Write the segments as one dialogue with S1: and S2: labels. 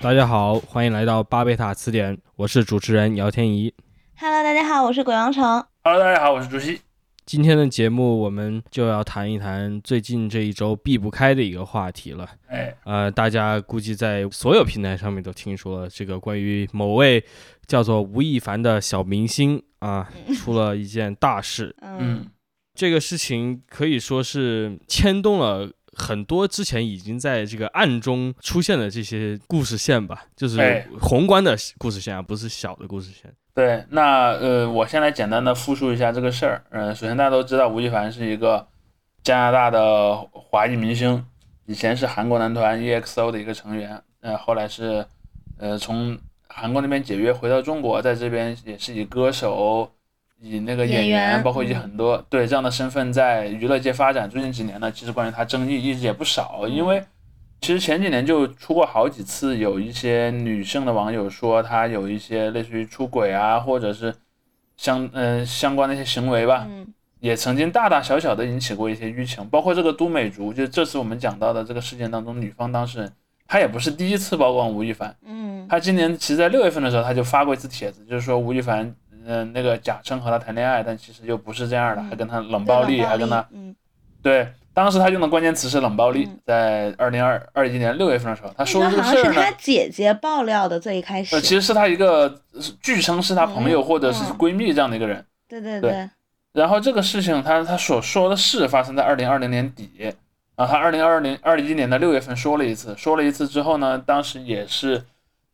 S1: 大家好，欢迎来到巴贝塔词典，我是主持人姚天怡。
S2: Hello，大家好，我是鬼王城。
S3: Hello，大家好，我是竹溪。
S1: 今天的节目我们就要谈一谈最近这一周避不开的一个话题了。
S3: 哎，
S1: 呃，大家估计在所有平台上面都听说这个关于某位叫做吴亦凡的小明星啊，出了一件大事。
S2: 嗯，
S3: 嗯，
S1: 这个事情可以说是牵动了。很多之前已经在这个暗中出现的这些故事线吧，就是
S3: 哎
S1: 宏观的故事线啊，不是小的故事线。
S3: 对，那呃，我先来简单的复述一下这个事儿。嗯、首先大家都知道吴亦凡是一个加拿大的华裔明星，以前是韩国男团 EXO 的一个成员，呃，后来是呃从韩国那边解约回到中国，在这边也是以歌手、以那个
S2: 演
S3: 演员，
S2: 员
S3: 包括以及
S2: 嗯
S3: 很多对这样的身份在娱乐界发展。最近几年呢，其实关于他争议一直也不少，因为。其实前几年就出过好几次，有一些女性的网友说她有一些类似于出轨啊，或者是相嗯、相关的一些行为吧，
S2: 嗯
S3: 也曾经大大小小的引起过一些舆情，包括这个都美竹，就是这次我们讲到的这个事件当中，女方当事人她也不是第一次曝光吴亦凡，
S2: 嗯
S3: 她今年其实在六月份的时候，她就发过一次帖子，就是说吴亦凡嗯、呃那个假称和她谈恋爱，但其实又不是这样的，
S2: 嗯
S3: 还跟她冷
S2: 对
S3: 暴力，啊
S2: 冷
S3: 还跟她
S2: 嗯，
S3: 对，当时他用的关键词是冷暴力
S2: 嗯，
S3: 在二零二二一年六月份的时候，他
S2: 那时
S3: 说
S2: 候
S3: 的这个
S2: 好像
S3: 事
S2: 是
S3: 儿呢
S2: 他，姐姐爆料的，最一开始
S3: 呃，，其实是他一个据称是他朋友
S2: 嗯
S3: 或者是
S2: 嗯
S3: 闺蜜这样的一个人。
S2: 对对
S3: 对
S2: 对，
S3: 然后这个事情他他所说的事发生在二零二零年底，然后他二零二零二一年的六月份说了一次，说了一次之后呢，当时也是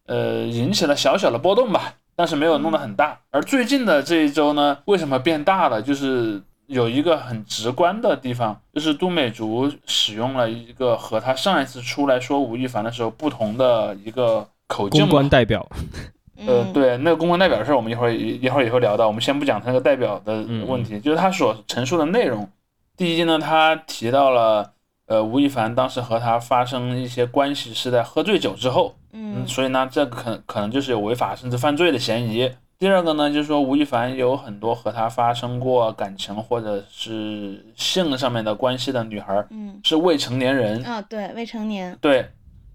S3: 呃引起了小小的波动吧，但是没有弄得很
S1: 嗯
S3: 大。而最近的这一周呢，为什么变大了？就是有一个很直观的地方，就是都美竹使用了一个和他上一次出来说吴亦凡的时候不同的一个口径
S1: 公
S3: 吧
S1: 关代表，
S3: 呃，
S2: 嗯，
S3: 对，那个公关代表的事儿，我们一会儿一一会儿也会聊到。我们先不讲他那个代表的
S1: 嗯
S3: 问题，就是他所陈述的内容。第一呢，他提到了，呃，吴亦凡当时和他发生一些关系是在喝醉酒之后，
S2: 嗯
S3: 所以呢，这个可可能就是有违法甚至犯罪的嫌疑。第二个呢，就是说吴亦凡有很多和他发生过感情或者是性上面的关系的女孩儿
S2: 嗯，
S3: 是未成年人，
S2: 啊对，未成年，
S3: 对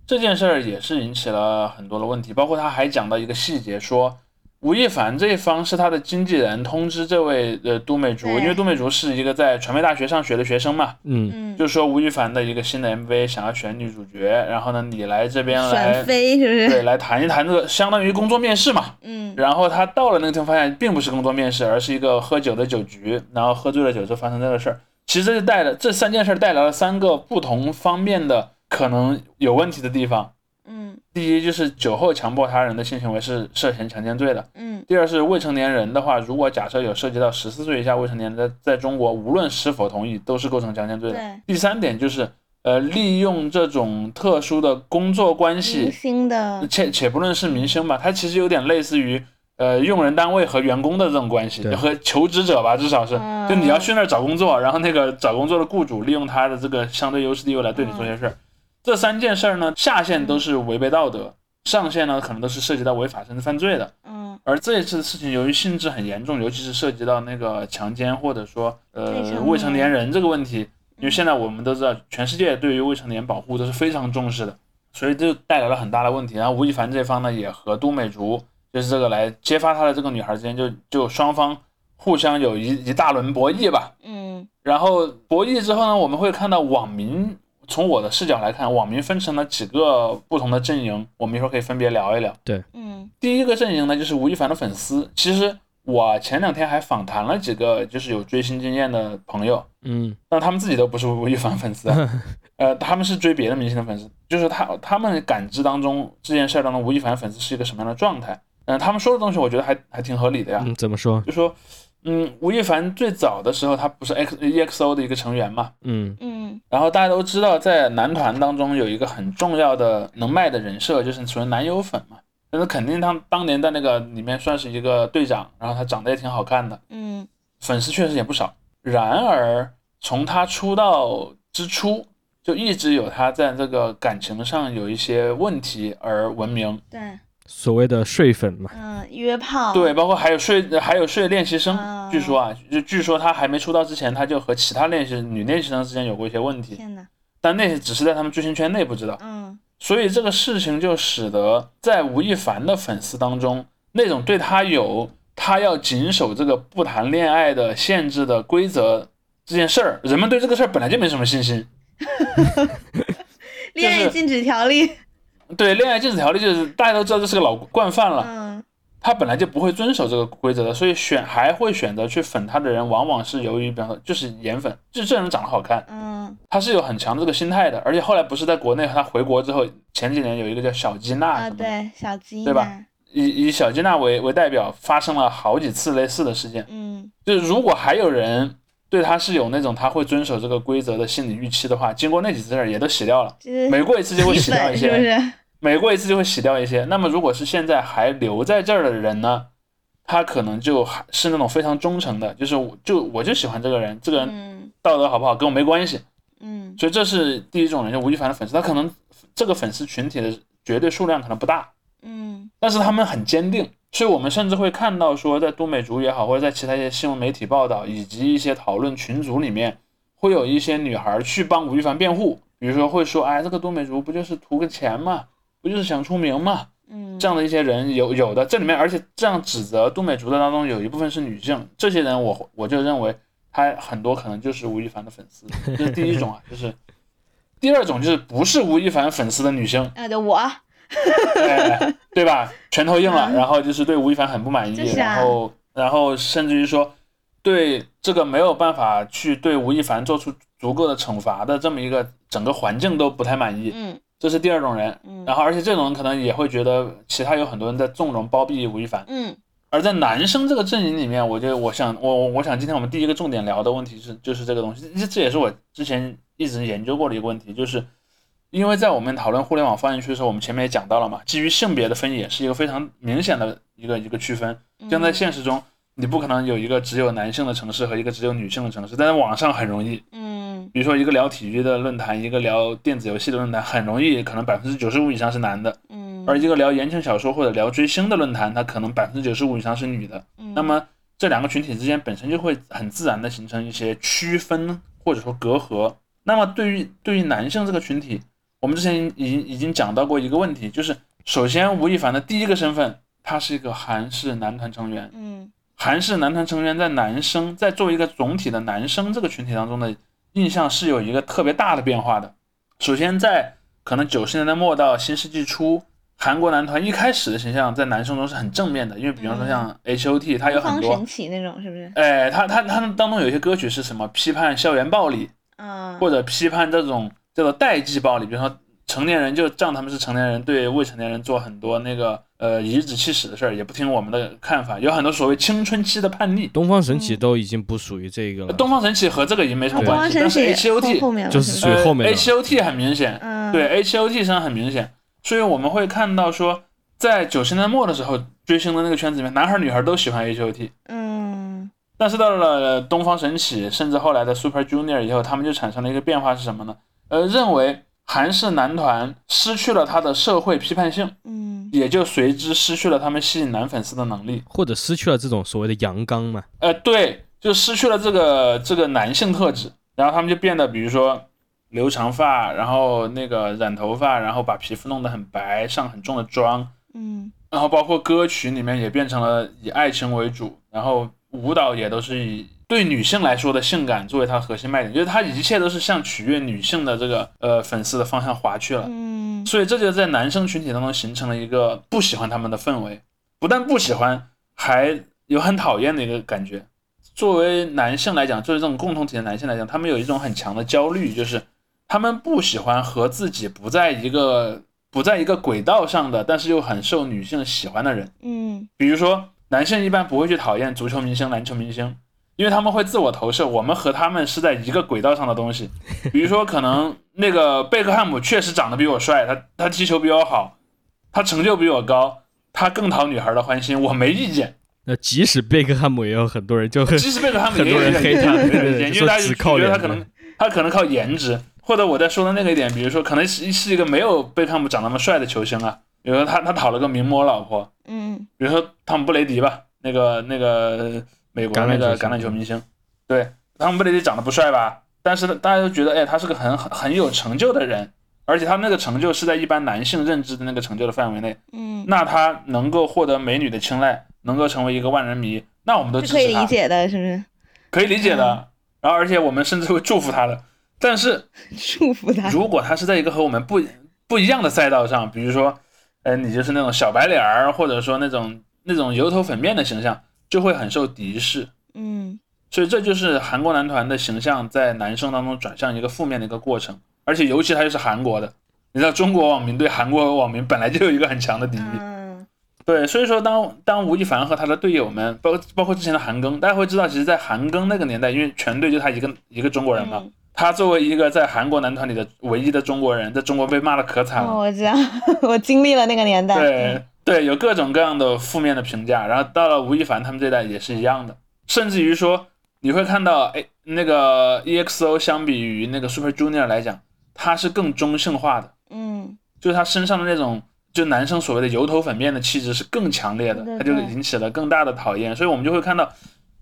S3: 这件事儿也是引起了很多的问题，包括他还讲到一个细节说，吴亦凡这一方是他的经纪人通知这位呃都美竹，
S2: 对
S3: 因为都美竹是一个在传媒大学上学的学生嘛，
S1: 嗯，
S2: 嗯，
S3: 就是说吴亦凡的一个新的 MV 想要选女主角，然后呢你来这边来
S2: 选妃是不
S3: 对
S2: 是？
S3: 来谈一谈这个相当于工作面试嘛，
S2: 嗯
S3: 然后他到了那个地方，发现并不是工作面试，而是一个喝酒的酒局，然后喝醉了酒就发生这个事儿。其实这是带了这三件事儿带来了三个不同方面的可能有问题的地方。
S2: 嗯
S3: 第一就是酒后强迫他人的性行为是涉嫌强奸罪的。
S2: 嗯
S3: 第二是未成年人的话，如果假设有涉及到十四岁以下未成年人在在中国无论是否同意，都是构成强奸罪的。
S2: 对，
S3: 第三点就是呃，利用这种特殊的工作关系
S2: 明，星的，
S3: 且且不论是明星吧，他其实有点类似于呃用人单位和员工的这种关系
S1: 对，
S3: 和求职者吧，至少是，
S2: 嗯
S3: 就你要去那儿找工作，然后那个找工作的雇主利用他的这个相对优势地位来对你做些事儿。这三件事儿呢，下限都是违背道德，上限呢可能都是涉及到违法甚至犯罪的。
S2: 嗯
S3: 而这一次的事情，由于性质很严重，尤其是涉及到那个强奸或者说
S2: 未成
S3: 呃
S2: 年嗯
S3: 未成年人这个问题，因为现在我们都知道，全世界对于未成年保护都是非常重视的，所以这就带来了很大的问题。然后吴亦凡这方呢，也和都美竹就是这个来揭发他的这个女孩之间就就双方互相有一一大轮博弈吧。
S2: 嗯
S3: 然后博弈之后呢，我们会看到网民，从我的视角来看，网民分成了几个不同的阵营，我们一会儿可以分别聊一聊。
S2: 嗯
S3: 第一个阵营呢，就是吴亦凡的粉丝。其实我前两天还访谈了几个就是有追星经验的朋友，
S1: 嗯，
S3: 但他们自己都不是吴亦凡粉丝啊，呃，他们是追别的明星的粉丝。就是他他们感知当中这件事儿当中，吴亦凡粉丝是一个什么样的状态？嗯、他们说的东西我觉得还还挺合理的呀。
S1: 嗯，怎么说？
S3: 就说，嗯，吴亦凡最早的时候他不是 X EXO 的一个成员嘛，
S1: 嗯
S2: 嗯
S3: 然后大家都知道，在男团当中有一个很重要的能卖的人设，就是所谓男友粉嘛。但是肯定他当年在那个里面算是一个队长，然后他长得也挺好看的，
S2: 嗯
S3: 粉丝确实也不少。然而从他出道之初，就一直有他在这个感情上有一些问题而闻名。
S2: 对，
S1: 所谓的睡粉嘛，
S2: 嗯约炮，
S3: 对，包括还有睡还有睡练习生
S2: 啊，
S3: 据说啊，就据说他还没出道之前，他就和其他练习女练习生之间有过一些问题，
S2: 天哪，
S3: 但那些只是在他们追星圈内不知道。
S2: 嗯
S3: 所以这个事情就使得在吴亦凡的粉丝当中，那种对他有他要谨守这个不谈恋爱的限制的规则这件事儿，人们对这个事儿本来就没什么信心。
S2: 恋爱禁止条例，
S3: 对，恋爱禁止条例就是大家都知道这是个老惯犯了，
S2: 嗯，
S3: 他本来就不会遵守这个规则的，所以选还会选择去粉他的人，往往是由于，比方说就是颜粉，就是这人长得好看，
S2: 嗯
S3: 他是有很强的这个心态的。而且后来不是在国内，他回国之后，前几年有一个叫小基娜
S2: 啊，
S3: 什么的，
S2: 对，小鸡
S3: 对吧
S2: 呢？
S3: 以以小基娜为为代表，发生了好几次类似的事件。
S2: 嗯
S3: 就是如果还有人对他是有那种他会遵守这个规则的心理预期的话，经过那几次事儿也都洗掉了，，
S2: 就是
S3: 每过一次就会
S2: 吸
S3: 洗掉一
S2: 粉是
S3: 些，
S2: 不是？
S3: 每过一次就会洗掉一些。那么如果是现在还留在这儿的人呢，他可能就还是那种非常忠诚的，就是我就我就喜欢这个人，这个人
S2: 嗯
S3: 道德好不好跟我没关系。
S2: 嗯
S3: 所以这是第一种人，就吴亦凡的粉丝，他可能这个粉丝群体的绝对数量可能不大，
S2: 嗯
S3: 但是他们很坚定。所以我们甚至会看到说，在都美竹也好，或者在其他一些新闻媒体报道以及一些讨论群组里面，会有一些女孩去帮吴亦凡辩护，比如说会说，哎，这个都美竹不就是图个钱嘛，不就是想出名嘛，
S2: 嗯，
S3: 这样的一些人有有的这里面，而且这样指责都美竹的当中有一部分是女性，这些人我我就认为他很多可能就是吴亦凡的粉丝，这是第一种啊，就是第二种就是不是吴亦凡粉丝的女性，
S2: 啊，就我
S3: 对 对吧？拳头硬了，然后就是对吴亦凡很不满意，
S2: 嗯就是啊
S3: 然后然后甚至于说对这个没有办法去对吴亦凡做出足够的惩罚的这么一个整个环境都不太满意，
S2: 嗯
S3: 这是第二种人。
S2: 嗯
S3: 然后，而且这种人可能也会觉得其他有很多人在纵容包庇吴亦凡，
S2: 嗯
S3: 而在男生这个阵营里面，我觉得我想我我我想今天我们第一个重点聊的问题是就是这个东西，这这也是我之前一直研究过的一个问题，就是因为在我们讨论互联网放映区的时候，我们前面也讲到了嘛，基于性别的分野是一个非常明显的一个一个区分，
S2: 嗯，
S3: 像在现实中，你不可能有一个只有男性的城市和一个只有女性的城市，但是网上很容易，
S2: 嗯
S3: 比如说一个聊体育的论坛，一个聊电子游戏的论坛，很容易可能百分之九十五以上是男的，
S2: 嗯，
S3: 而一个聊言情小说或者聊追星的论坛，它可能百分之九十五以上是女的。
S2: 嗯
S3: 那么这两个群体之间本身就会很自然的形成一些区分或者说隔阂。那么对于对于男性这个群体，我们之前已经已经讲到过一个问题，就是首先吴亦凡的第一个身份，他是一个韩式男团成员。
S2: 嗯
S3: 韩式男团成员在男生在作为一个总体的男生这个群体当中的印象是有一个特别大的变化的。首先，在可能九十年代末到新世纪初，韩国男团一开始的形象在男生中是很正面的，因为比方说像 H.O.T，他有
S2: 嗯东方
S3: 很多
S2: 神，起那种是不是？
S3: 哎，他他他们当中有一些歌曲是什么批判校园暴力，
S2: 啊，
S3: 哎或者批判这种叫做代际暴力，比如说成年人就仗他们是成年人，对未成年人做很多那个呃颐指气使的事儿，也不听我们的看法，有很多所谓青春期的叛逆。
S1: 东方神起
S2: 嗯
S1: 都已经不属于这个了，
S3: 呃东方神起和这个已经没什
S2: 那
S3: 么
S2: 哦东
S3: 关
S2: 方
S3: 系，
S2: 神
S3: 但是
S2: 起
S3: H O
S2: 后
S3: T
S2: 后面了
S1: 就是
S2: 不
S1: 属于后面的
S3: H O T 很明显，
S2: 嗯
S3: 对 H O T 上很明显，所以我们会看到说，在九十年代末的时候，追星的那个圈子里面，男孩儿女孩儿都喜欢 H O T，
S2: 嗯
S3: 但是到了东方神起，甚至后来的 Super Junior 以后，他们就产生了一个变化是什么呢？呃，认为韩式男团失去了它的社会批判性，
S2: 嗯
S3: 也就随之失去了他们吸引男粉丝的能力。
S1: 或者失去了这种所谓的阳刚嘛。
S3: 呃，对，就失去了这个这个男性特质，然后他们就变得，比如说留长发，然后那个染头发，然后把皮肤弄得很白，上很重的妆，
S2: 嗯
S3: 然后包括歌曲里面也变成了以爱情为主，然后舞蹈也都是以对女性来说的性感作为它的核心卖点，就是它一切都是向取悦女性的这个呃粉丝的方向滑去了。
S2: 嗯
S3: 所以这就在男生群体当中形成了一个不喜欢他们的氛围，不但不喜欢，还有很讨厌的一个感觉。作为男性来讲，作为这种共同体的男性来讲，他们有一种很强的焦虑，就是他们不喜欢和自己不在一个不在一个轨道上的，但是又很受女性喜欢的人。
S2: 嗯
S3: 比如说，男性一般不会去讨厌足球明星、篮球明星，因为他们会自我投射，我们和他们是在一个轨道上的东西。比如说，可能那个贝克汉姆确实长得比我帅，他他踢球比我好，他成就比我高，他更讨女孩的欢心，我没意见。
S1: 那即使贝克汉姆也有很多人就 很
S3: 即使贝克汉姆
S1: 很
S3: 也
S1: 多
S3: 有
S1: 人
S3: 一点
S1: 黑他，对对
S3: 意
S1: 对，
S3: 见，因
S1: 说
S3: 为大家
S1: 只
S3: 就
S1: 靠
S3: 觉得
S1: 脸
S3: 他可能他可能靠颜值，或者我在说的那个一点，比如说可能是是一个没有贝克汉姆长那么帅的球星啊，比如说他他讨了个名模老婆，
S2: 嗯
S3: 比如说汤姆布雷迪吧，那个那个美国那个橄榄球明星，嗯对，汤姆布雷迪长得不帅吧，但是大家都觉得，哎，他是个很很很有成就的人，而且他那个成就是在一般男性认知的那个成就的范围内，
S2: 嗯，
S3: 那他能够获得美女的青睐，能够成为一个万人迷，那我们都支
S2: 是
S3: 持
S2: 可
S3: 他，
S2: 以理解嗯的，是不是？
S3: 可以理解的。然后，而且我们甚至会祝福他的。但是，
S2: 束缚 他，
S3: 如果他是在一个和我们不不一样的赛道上，比如说，呃，你就是那种小白脸儿，或者说那种那种油头粉面的形象，就会很受敌视。
S2: 嗯
S3: 所以这就是韩国男团的形象在男生当中转向一个负面的一个过程，而且尤其他又是韩国的，你知道中国网民对韩国网民本来就有一个很强的敌意，
S2: 嗯
S3: 对，所以说当当吴亦凡和他的队友们，包包括之前的韩庚，大家会知道，其实，在韩庚那个年代，因为全队就他一个一个中国人嘛，
S2: 嗯
S3: 他作为一个在韩国男团里的唯一的中国人，在中国被骂的可惨了，
S2: 哦，我知道， 我经历了那个年代。
S3: 对对，有各种各样的负面的评价，然后到了吴亦凡他们这代也是一样的，甚至于说你会看到，哎，那个 EXO 相比于那个 Super Junior 来讲，他是更中性化的，
S2: 嗯，
S3: 就是他身上的那种就男生所谓的油头粉面的气质是更强烈的
S2: 对，对
S3: 他就
S2: 对
S3: 引起了更大的讨厌，所以我们就会看到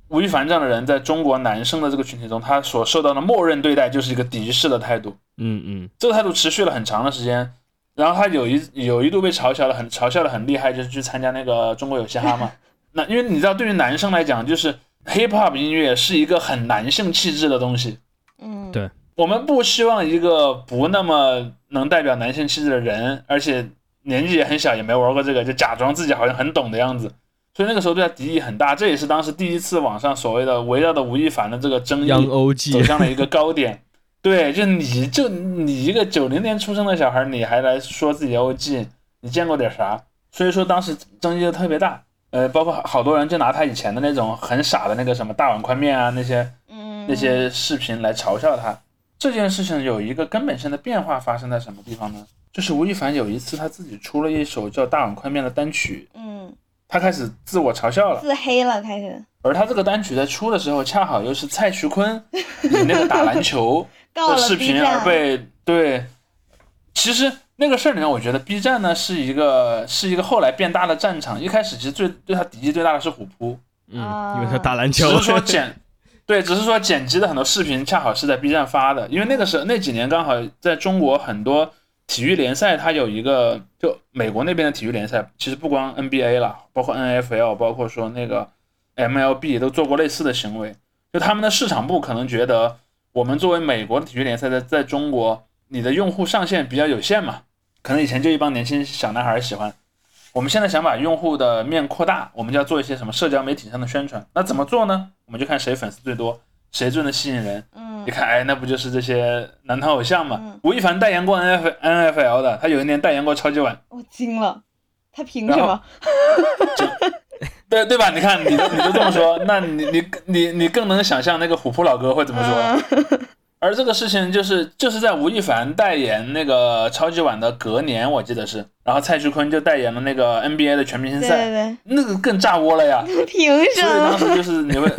S3: 吴亦凡这样的人在中国男生的这个群体中，他所受到的默认对待就是一个敌视的态度，
S1: 嗯嗯，
S3: 这个态度持续了很长的时间，然后他有一有一度被嘲笑的很嘲笑的很厉害，就是去参加那个中国有嘻哈嘛。那因为你知道，对于男生来讲，就是 hip hop 音乐是一个很男性气质的东西。
S2: 嗯，
S1: 对
S3: 我们不希望一个不那么能代表男性气质的人，而且年纪也很小，也没玩过这个，就假装自己好像很懂的样子。所以那个时候对啊他敌意很大，这也是当时第一次网上所谓的围绕着吴亦凡的这个争议
S1: 央欧
S3: 走
S1: 记，
S3: 向了一个高点。 对，就你就你一个九零年出生的小孩，你还来说自己 OG，你见过点啥？所以说当时争议就特别大。呃，包括好好多人就拿他以前的那种很傻的那个什么大碗宽面啊那些
S2: 嗯，
S3: 那些视频来嘲笑他。这件事情有一个根本性的变化发生在什么地方呢？就是吴亦凡有一次他自己出了一首叫《大碗宽面》的单曲，
S2: 嗯
S3: 他开始自我嘲笑了。
S2: 自黑了开始
S3: 而他这个单曲在出的时候，恰好又是蔡徐坤以那个打 篮球
S2: 告
S3: 的
S2: 了
S3: 视
S2: B
S3: 频而
S2: 站，
S3: 被对。其实那个事儿里面，我觉得 B 站呢是一个是一个后来变大的战场。一开始其实最对他敌意最大的是虎扑，
S1: 嗯，因为他打篮
S3: 只
S1: 球，
S3: 啊是说剪，对，只是说剪辑的很多视频恰好是在 B 站发的，因为那个时候那几年刚好在中国很多体育联赛，它有一个就美国那边的体育联赛，其实不光 NBA 啦，包括 NFL，包括说那个 MLB 都做过类似的行为，就他们的市场部可能觉得我们作为美国的体育联赛在在中国，你的用户上限比较有限嘛，可能以前就一帮年轻小男孩儿喜欢。我们现在想把用户的面扩大，我们就要做一些什么社交媒体上的宣传。那怎么做呢？我们就看谁粉丝最多，谁最能吸引人。
S2: 嗯
S3: 你看，哎，那不就是这些男团偶像嘛
S2: 嗯？
S3: 吴亦凡代言过 N F N F L 的，他有一年代言过超级碗，
S2: 我惊了，他凭
S3: 然
S2: 什
S3: 后
S2: 么？
S3: 对对吧？你看，你都你都这么 说，那你你你你更能想象那个虎扑老哥会怎么说。
S2: 嗯
S3: 而这个事情就是就是在吴亦凡代言那个超级碗的隔年，我记得是，然后蔡徐坤就代言了那个 N B A 的全明星
S2: 对
S3: 赛，
S2: 对
S3: 那个更炸窝了呀。
S2: 对，凭什
S3: 所以当
S2: 么？
S3: 时就是 你会，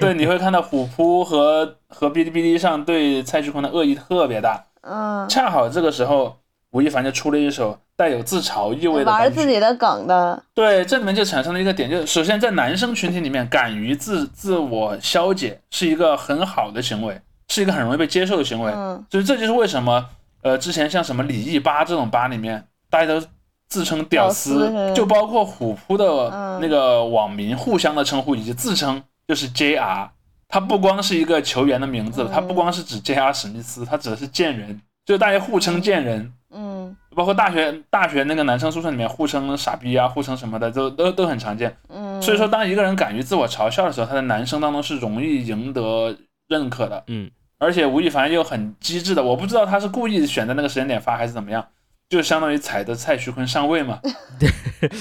S3: 对，你会看到虎扑和和哔哩哔哩上对蔡徐坤的恶意特别大。
S2: 嗯，
S3: 恰好这个时候，吴亦凡就出了一首带有自嘲意味的
S2: 玩
S3: 单曲
S2: 自己的梗的，
S3: 对，这里面就产生了一个点，就是首先在男生群体里面，敢于自自我消解是一个很好的行为，是一个很容易被接受的行为。
S2: 嗯
S3: 所以这就是为什么，呃，之前像什么李毅吧这种吧里面，大家都自称屌
S2: 屌
S3: 丝，
S2: 丝是
S3: 就包括虎扑的
S2: 嗯
S3: 那个网民互相的称呼，以及自称就是 JR。他不光是一个球员的名字，
S2: 嗯
S3: 他不光是指 JR 史密斯，他指的是贱人，就是大家互称贱人，
S2: 嗯
S3: 包括大学大学那个男生宿舍里面互称傻逼啊，互称什么的，都都都很常见。
S2: 嗯，
S3: 所以说，当一个人敢于自我嘲笑的时候，他在男生当中是容易赢得认可的。
S1: 嗯，
S3: 而且吴亦凡又很机智的，我不知道他是故意选在那个时间点发还是怎么样，就相当于踩着蔡徐坤上 位嘛。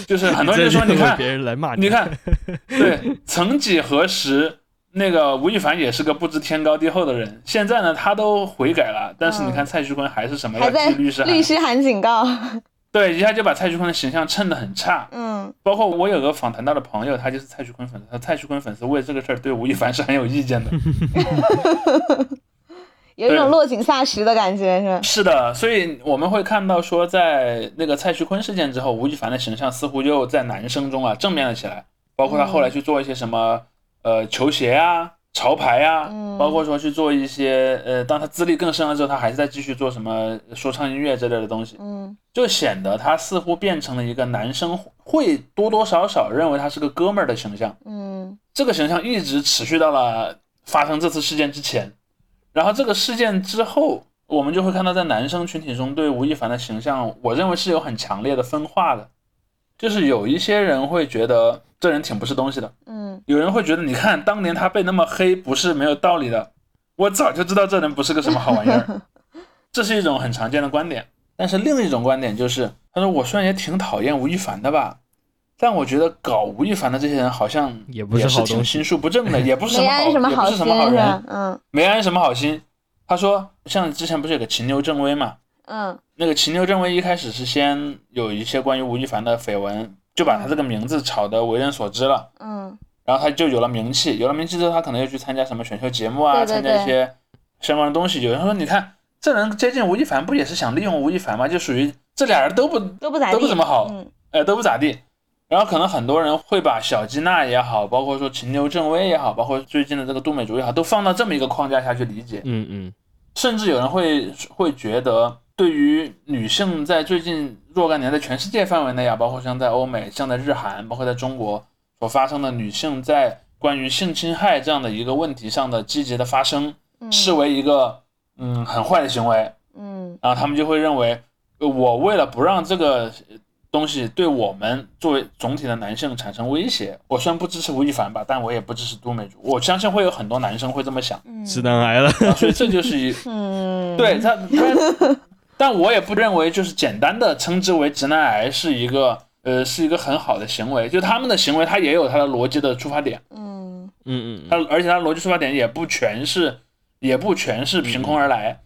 S3: 就是很多人就说，
S1: 这
S3: 你看，
S1: 别人来骂
S3: 你，看， 对，曾几何时，那个吴亦凡也是个不知天高地厚的人，现在呢，他都悔改了，但是你看蔡徐坤还是什么
S2: 嗯
S3: 要
S2: 还在
S3: 记律师函
S2: 律，师函警告，
S3: 对，一下就把蔡徐坤的形象衬得很差。
S2: 嗯
S3: 包括我有个访谈到的朋友，他就是蔡徐坤粉丝，他蔡徐坤粉丝为这个事儿对吴亦凡是很有意见的。
S2: 有一种
S3: 对
S2: 落井下石的感觉，是吧？
S3: 是的，所以我们会看到说，在那个蔡徐坤事件之后，吴亦凡的形象似乎又在男生中啊正面了起来，包括他后来去做一些什么、呃球鞋啊，潮牌啊，
S2: 嗯
S3: 包括说去做一些呃，当他资历更深了之后，他还是在继续做什么呃说唱音乐之类的东西，
S2: 嗯
S3: 就显得他似乎变成了一个男生会多多少少认为他是个哥们儿的形象。
S2: 嗯
S3: 这个形象一直持续到了发生这次事件之前，然后这个事件之后，我们就会看到在男生群体中对吴亦凡的形象，我认为是有很强烈的分化的，就是有一些人会觉得这人挺不是东西的，
S2: 嗯
S3: 有人会觉得你看当年他被那么黑不是没有道理的，我早就知道这人不是个什么好玩 意儿，这是一种很常见的观点。但是另一种观点就是，他说我虽然也挺讨厌吴亦凡的吧，但我觉得搞吴亦凡的这些人好像
S1: 也不是好东
S3: 挺
S1: 西
S3: 心术不正的，也不是什
S2: 没
S3: 么
S2: 安什么
S3: 好，也不是
S2: 心
S3: 什么好
S2: 是吧
S3: 人，？
S2: 嗯
S3: 没安什么好心。他说，像之前不是有个秦牛正威嘛，
S2: 嗯
S3: 那个秦牛正威一开始是先有一些关于吴亦凡的绯闻，就把他这个名字炒得为人所知了。
S2: 嗯
S3: 然后他就有了名气，有了名气之后，他可能又去参加什么选秀节目啊，
S2: 对对
S3: 参加
S2: 对
S3: 一些相关的东西。有人说，你看这人接近吴亦凡，不也是想利用吴亦凡吗？就属于这俩人都不，
S2: 都不咋地，
S3: 都不怎么好
S2: 嗯
S3: 呃，都不咋地。然后可能很多人会把小基娜也好，包括说秦牛正威也好，包括最近的这个杜美竹也好，都放到这么一个框架下去理解。
S1: 嗯嗯，
S3: 甚至有人会会觉得，对于女性在最近若干年在全世界范围内啊，包括像在欧美、像在日韩，包括在中国所发生的女性在关于性侵害这样的一个问题上的积极的发声，
S2: 嗯
S3: 视为一个嗯很坏的行为，
S2: 嗯
S3: 然后他们就会认为，呃我为了不让这个东西对我们作为总体的男性产生威胁，我虽然不支持吴亦凡吧，但我也不支持杜美竹，我相信会有很多男生会这么想，
S2: 嗯
S1: 直男癌了，
S3: 啊所以这就是一。
S2: 嗯
S3: 对他，他但我也不认为就是简单的称之为直男癌是一个呃是一个很好的行为，就他们的行为，他也有他的逻辑的出发点，
S2: 嗯
S1: 嗯嗯
S3: 他
S1: 嗯，
S3: 而且他的逻辑出发点也不全是也不全是凭空而来，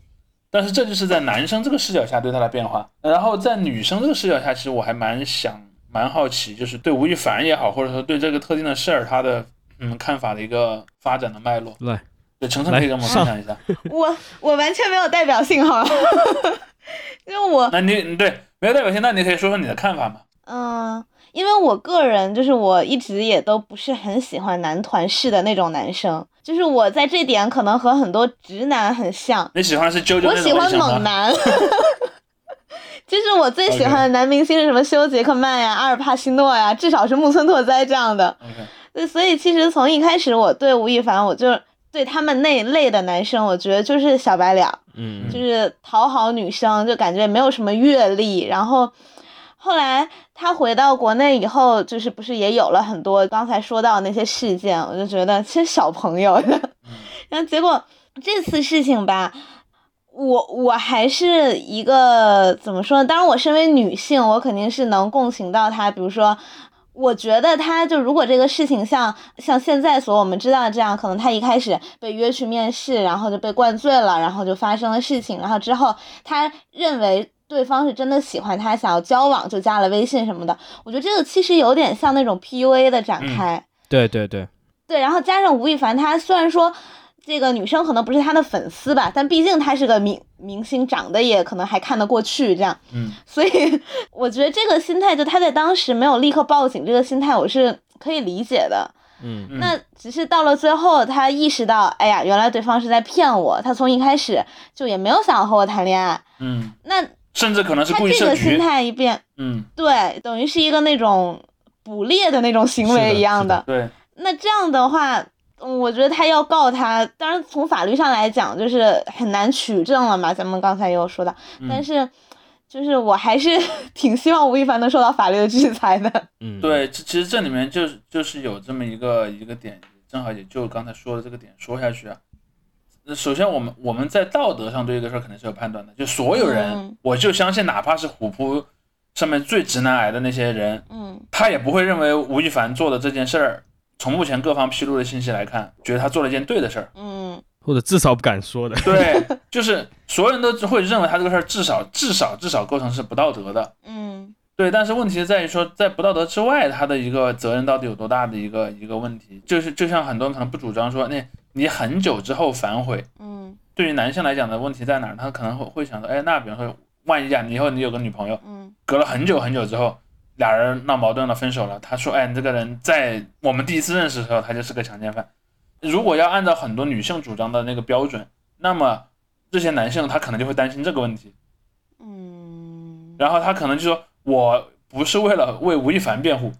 S3: 但是这就是在男生这个视角下对他的变化，然后在女生这个视角下，其实我还蛮想蛮好奇，就是对吴亦凡也好，或者说对这个特定的事儿他的嗯看法的一个发展的脉络。
S1: 来，
S3: 对，程程可以
S1: 来
S3: 跟我们分
S1: 上
S3: 享一下。
S2: 我我完全没有代表性，好吗？ 因为我
S3: 那你对没有代表性，那你可以说说你的看法嘛？
S2: 嗯，因为我个人就是我一直也都不是很喜欢男团式的那种男生，就是我在这点可能和很多直男很像，
S3: 你喜欢的是啾啾
S2: 我
S3: 那种
S2: 喜
S3: 类
S2: 欢
S3: 型
S2: 猛
S3: 吗？
S2: 男。 就是我最喜欢的男明星是什么修杰克曼呀、阿尔帕西诺呀，至少是木村拓哉这样的。
S3: OK，
S2: 对，所以其实从一开始我对吴亦凡，我就对他们那一类的男生，我觉得就是小白脸儿，
S1: 嗯嗯
S2: 就是讨好女生，就感觉没有什么阅历。然后后来他回到国内以后，就是不是也有了很多刚才说到的那些事件，我就觉得其实小朋友， 然后结果这次事情吧。我我还是一个怎么说呢？当然，我身为女性，我肯定是能共情到他。比如说，我觉得他就如果这个事情像像现在所我们知道的这样，可能他一开始被约去面试，然后就被灌醉了，然后就发生了事情，然后之后他认为对方是真的喜欢他，想要交往，就加了微信什么的。我觉得这个其实有点像那种 PUA 的展开。
S1: 对对对，
S2: 对，然后加上吴亦凡，他虽然说这个女生可能不是他的粉丝吧，但毕竟他是个明明星，长得也可能还看得过去这样。
S3: 嗯，
S2: 所以 我觉得这个心态，就他在当时没有立刻报警，这个心态我是可以理解的。
S1: 嗯
S3: 嗯
S2: 那只是到了最后，他意识到，哎呀，原来对方是在骗我。他从一开始就也没有想要和我谈恋爱。
S3: 嗯，
S2: 那
S3: 甚至可能是
S2: 他
S3: 故意
S2: 这
S3: 设
S2: 个
S3: 局
S2: 心。态一变，
S3: 嗯，
S2: 对，等于是一个那种捕猎的那种行
S1: 是的
S2: 为一样
S1: 是的
S3: 对，
S2: 那这样的话，嗯我觉得他要告他，当然从法律上来讲就是很难取证了嘛，咱们刚才也有说到，
S3: 嗯
S2: 但是就是我还是 挺希望吴亦凡能受到法律的制裁的。
S1: 嗯，
S3: 对，其其实这里面就是就是有这么一个一个点，正好也就刚才说的这个点说下去啊。那首先，我们我们在道德上对这个事儿肯定是有判断的，就所有人，
S2: 嗯
S3: 我就相信，哪怕是虎扑上面最直男癌的那些人，
S2: 嗯
S3: 他也不会认为吴亦凡做的这件事儿，从目前各方披露的信息来看，觉得他做了一件对的事儿。
S2: 嗯
S1: 或者至少不敢说的，
S3: 对，就是所有人都会认为他这个事儿至少至少至少构成是不道德的。
S2: 嗯
S3: 对，但是问题在于说，在不道德之外，他的一个责任到底有多大的一个一个问题，就是就像很多人可能不主张说，那你很久之后反悔，
S2: 嗯
S3: 对于男性来讲的问题在哪儿？他可能会会想说，哎，那比方说，万一啊，你以后你有个女朋友，
S2: 嗯
S3: 隔了很久很久之后，俩人闹矛盾了，分手了，他说，哎，你这个人在我们第一次认识的时候，他就是个强奸犯，如果要按照很多女性主张的那个标准，那么这些男性他可能就会担心这个问题，
S2: 嗯，
S3: 然后他可能就说我不是为了为吴亦凡辩护，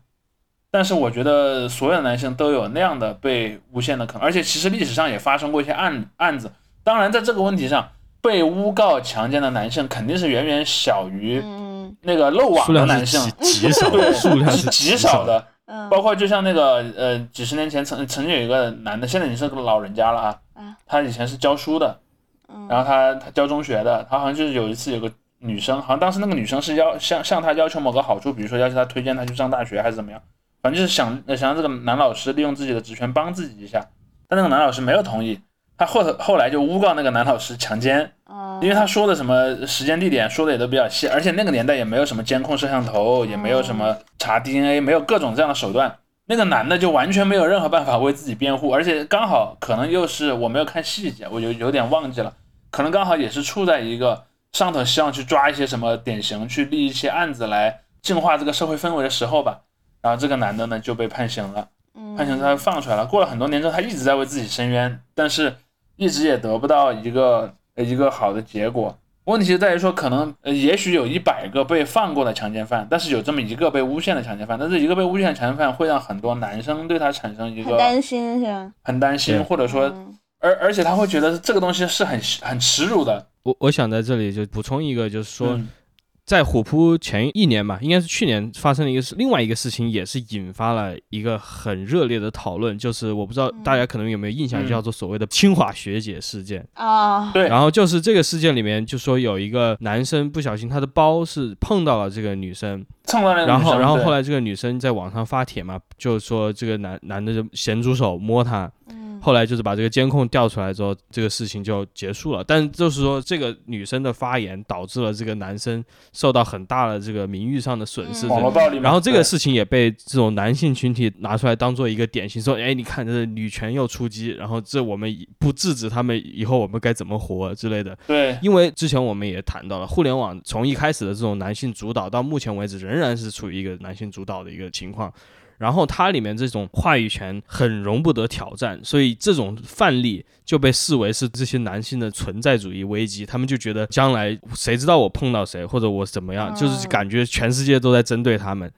S3: 但是我觉得所有的男性都有那样的被诬陷的可能，而且其实历史上也发生过一些案案子，当然在这个问题上，被诬告强奸的男性肯定是远远小于
S2: 嗯
S3: 那个漏网
S1: 数
S3: 的
S1: 量
S3: 男
S1: 是
S3: 性，
S1: 极极少的，
S3: 对，
S1: 数量
S3: 是
S1: 是
S3: 极少
S1: 的。
S3: 的。
S2: 嗯
S3: 包括就像那个呃，几十年前曾曾经有一个男的，现在已经是个老人家了啊
S2: 啊，
S3: 他以前是教书的，
S2: 嗯，
S3: 然后他他教中学的，他好像就是有一次有个女生，好像当时那个女生是要向向他要求某个好处，比如说要求他推荐他去上大学还是怎么样，反正就是想呃想让这个男老师利用自己的职权帮自己一下，但那个男老师没有同意，他后后来就诬告那个男老师强奸，
S2: 嗯
S3: 因为他说的什么时间地点说的也都比较细，而且那个年代也没有什么监控摄像头，也没有什么查 DNA，没有各种这样的手段。那个男的就完全没有任何办法为自己辩护，而且刚好可能又是我没有看细节，我有有点忘记了，可能刚好也是处在一个上头希望去抓一些什么典型，去立一些案子来净化这个社会氛围的时候吧。然后这个男的呢就被判刑了。
S2: 嗯
S3: 判刑他放出来了。过了很多年之后，他一直在为自己申冤，但是一直也得不到一个呃一个好的结果。问题就在于说，可能呃也许有一百个被放过的强奸犯，但是有这么一个被诬陷的强奸犯，但是一个被诬陷的强奸犯会让很多男生对他产生一
S2: 很
S3: 个
S2: 担心是吧？
S3: 很担
S1: 对
S3: 心，或者说，
S2: 嗯
S3: 而而且他会觉得这个东西是很很耻辱的。
S1: 我我想在这里就补充一个，就是说，
S3: 嗯
S1: 在虎扑前一年吧，应该是去年发生了一个事，另外一个事情也是引发了一个很热烈的讨论，就是我不知道
S2: 嗯
S1: 大家可能有没有印象，
S3: 嗯
S1: 叫做所谓的清华学姐事件。
S2: 啊，
S3: 对
S1: 然后就是这个事件里面，就说有一个男生不小心他的包是碰到了这个女生，
S3: 蹭到那个
S1: 然后
S3: 嗯女生
S1: 然后
S3: 对
S1: 后来这个女生在网上发帖嘛，就说这个男男的就咸猪手摸她，
S2: 嗯
S1: 后来就是把这个监控调出来之后，这个事情就结束了。但就是说这个女生的发言导致了这个男生受到很大的这个名誉上的损失这
S2: 嗯
S3: 网
S1: 种。
S3: 络暴力嘛，
S1: 然后这个
S3: 对
S1: 事情也被这种男性群体拿出来当做一个典型，说，哎，你看这女权又出击，然后这我们以不制止他们，以后我们该怎么活之类的。
S3: 对
S1: 因为之前我们也谈到了，互联网从一开始的这种男性主导，到目前为止仍然是处于一个男性主导的一个情况。然后它里面这种话语权很容不得挑战，所以这种范例就被视为是这些男性的存在主义危机。他们就觉得将来谁知道我碰到谁，或者我怎么样，就是
S2: 嗯
S1: 感觉全世界都在针对他们。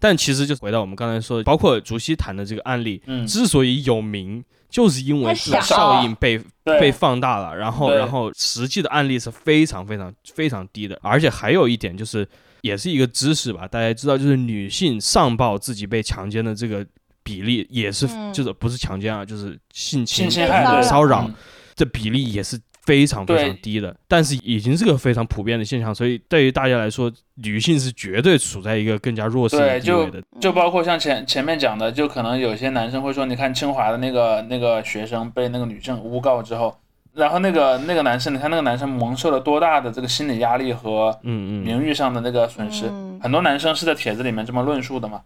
S1: 但其实就回到我们刚才说的，包括竹溪谈的这个案例，
S3: 嗯
S1: 之所以有名，就是因为
S2: 他
S1: 这种
S2: 小
S1: 效应被
S3: 对
S1: 被放大了，然后
S3: 对
S1: 然后实际的案例是非常非常非常低的，而且还有一点就是，也是一个知识吧，大家知道就是女性上报自己被强奸的这个比例也是，
S2: 嗯
S1: 就是不是强奸啊，就是性侵
S3: 性侵
S2: 被
S3: 害
S2: 骚
S3: 对
S1: 骚扰
S3: 嗯
S1: 这比例也是非常非
S3: 对
S1: 常低的，但是已经是个非常普遍的现象，所以对于大家来说，女性是绝对处在一个更加弱势的
S3: 对
S1: 地位的。
S2: 嗯
S3: 就包括像前前面讲的，就可能有些男生会说，你看清华的那个那个学生被那个女生诬告之后，然后那个那个男生，你看那个男生蒙受了多大的这个心理压力和
S1: 嗯嗯，
S3: 名誉上的那个损失，
S2: 嗯
S3: 很多男生是在帖子里面这么论述的嘛。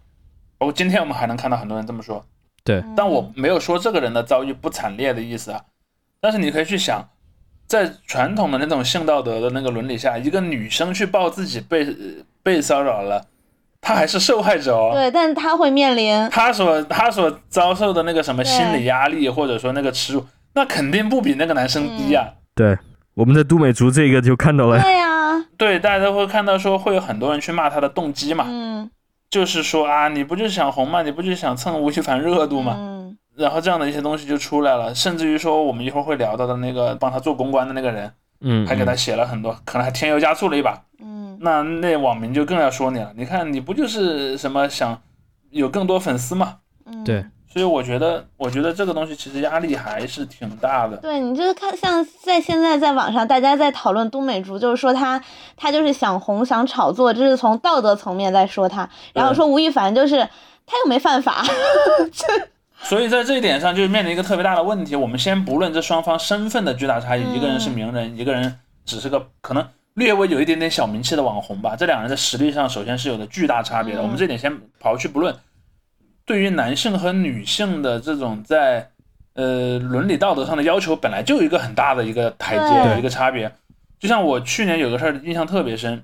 S3: 包括今天我们还能看到很多人这么说，
S1: 对，
S2: 嗯
S3: 但我没有说这个人的遭遇不惨烈的意思啊。但是你可以去想，在传统的那种性道德的那个伦理下，一个女生去报自己被被骚扰了，她还是受害者哦。
S2: 嗯对，但他会面 临
S3: 他所他所遭受的那个什么心理压力，或者说那个耻辱，那肯定不比那个男生低啊呀、
S2: 嗯
S1: 对，我们在都美竹这个就看到了
S2: 对呀，
S3: 对，大家都会看到说会有很多人去骂他的动机嘛，
S2: 嗯，
S3: 就是说啊，你不就是想红嘛，你不就是想蹭吴亦凡热度嘛，
S2: 嗯
S3: 然后这样的一些东西就出来了，甚至于说我们一会儿会聊到的那个帮他做公关的那个人，
S1: 嗯，
S3: 还给他写了很多，可能还添油加醋了一把，
S2: 嗯
S3: 那那网民就更要说你了，你看你不就是什么想有更多粉丝嘛，
S2: 嗯，
S1: 对
S3: 所以我觉得，我觉得这个东西其实压力还是挺大的。
S2: 对你就是看，像在现在在网上，大家在讨论都美竹，就是说她她就是想红想炒作，这是从道德层面在说她，然后
S3: 对
S2: 说吴亦凡就是他又没犯法，
S3: 所以在这一点上，就是面临一个特别大的问题。我们先不论这双方身份的巨大差异，
S2: 嗯
S3: 一个人是名人，一个人只是个可能略微有一点点小名气的网红吧。这两人在实力上首先是有着巨大差别的。
S2: 嗯
S3: 我们这点先刨去不论，对于男性和女性的这种在呃伦理道德上的要求，本来就有一个很大的一个台
S2: 对
S3: 阶，一个差别。就像我去年有个事儿印象特别深，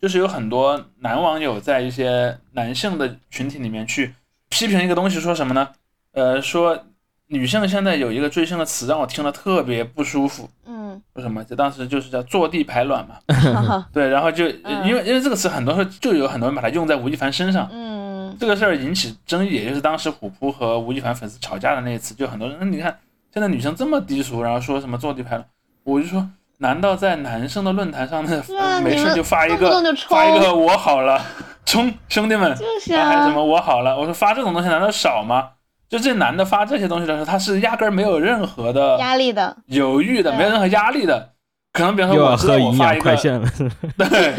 S3: 就是有很多男网友在一些男性的群体里面去批评一个东西，说什么呢？呃，说女性现在有一个追星的词让我听了特别不舒服，
S2: 嗯，
S3: 为什么？就当时就是叫坐地排卵嘛，
S2: 哈哈
S3: 对，然后就
S2: 嗯
S3: 因为因为这个词很多时候就有很多人把它用在吴亦凡身上，
S2: 嗯
S3: 这个事儿引起争议，也就是当时虎扑和吴亦凡粉丝吵架的那一次，就很多人，嗯你看现在女生这么低俗，然后说什么坐地排卵，我就说，难道在男生的论坛上，那、呃
S2: 对啊
S3: 没
S2: 你
S3: 事
S2: 们
S3: 就发一
S2: 动不
S3: 个
S2: 动就
S3: 发一
S2: 抽
S3: 个我好了，冲兄弟们，
S2: 就是
S3: 然后还有什
S2: 啊，
S3: 么我好了，我说发这种东西难道少吗？就这男的发这些东西的时候，他是压根儿没有任何的
S2: 压力的，
S3: 犹豫
S2: 对
S3: 的，
S2: 啊
S3: 没有任何压力的，可能比方
S1: 嗯又
S3: 说
S1: 要
S3: 我知道
S1: 喝
S3: 我
S1: 营
S3: 发
S1: 养
S3: 一
S1: 快
S3: 个
S1: 线了，
S3: 对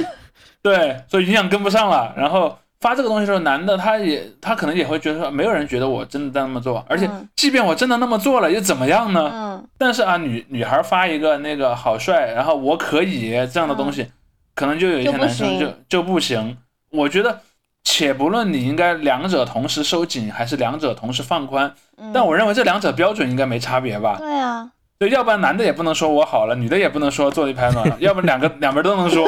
S3: 对，所以营养跟不上了。然后发这个东西的时候，男的他也他可能也会觉得说，没有人觉得我真的在那么做，而且
S2: 嗯
S3: 即便我真的那么做了，又怎么样呢？
S2: 嗯
S3: 但是啊，女女孩发一个那个好帅，然后我可以这样的东西，可能就有一些
S2: 嗯就不
S3: 男生
S2: 行
S3: 就就不行。我觉得，且不论你应该两者同时收紧，还是两者同时放宽，
S2: 嗯，
S3: 但我认为这两者标准应该没差别吧。
S2: 对啊，
S3: 对，要不然男的也不能说我好了，女的也不能说坐立排卵了，要不然两个两边都能 说，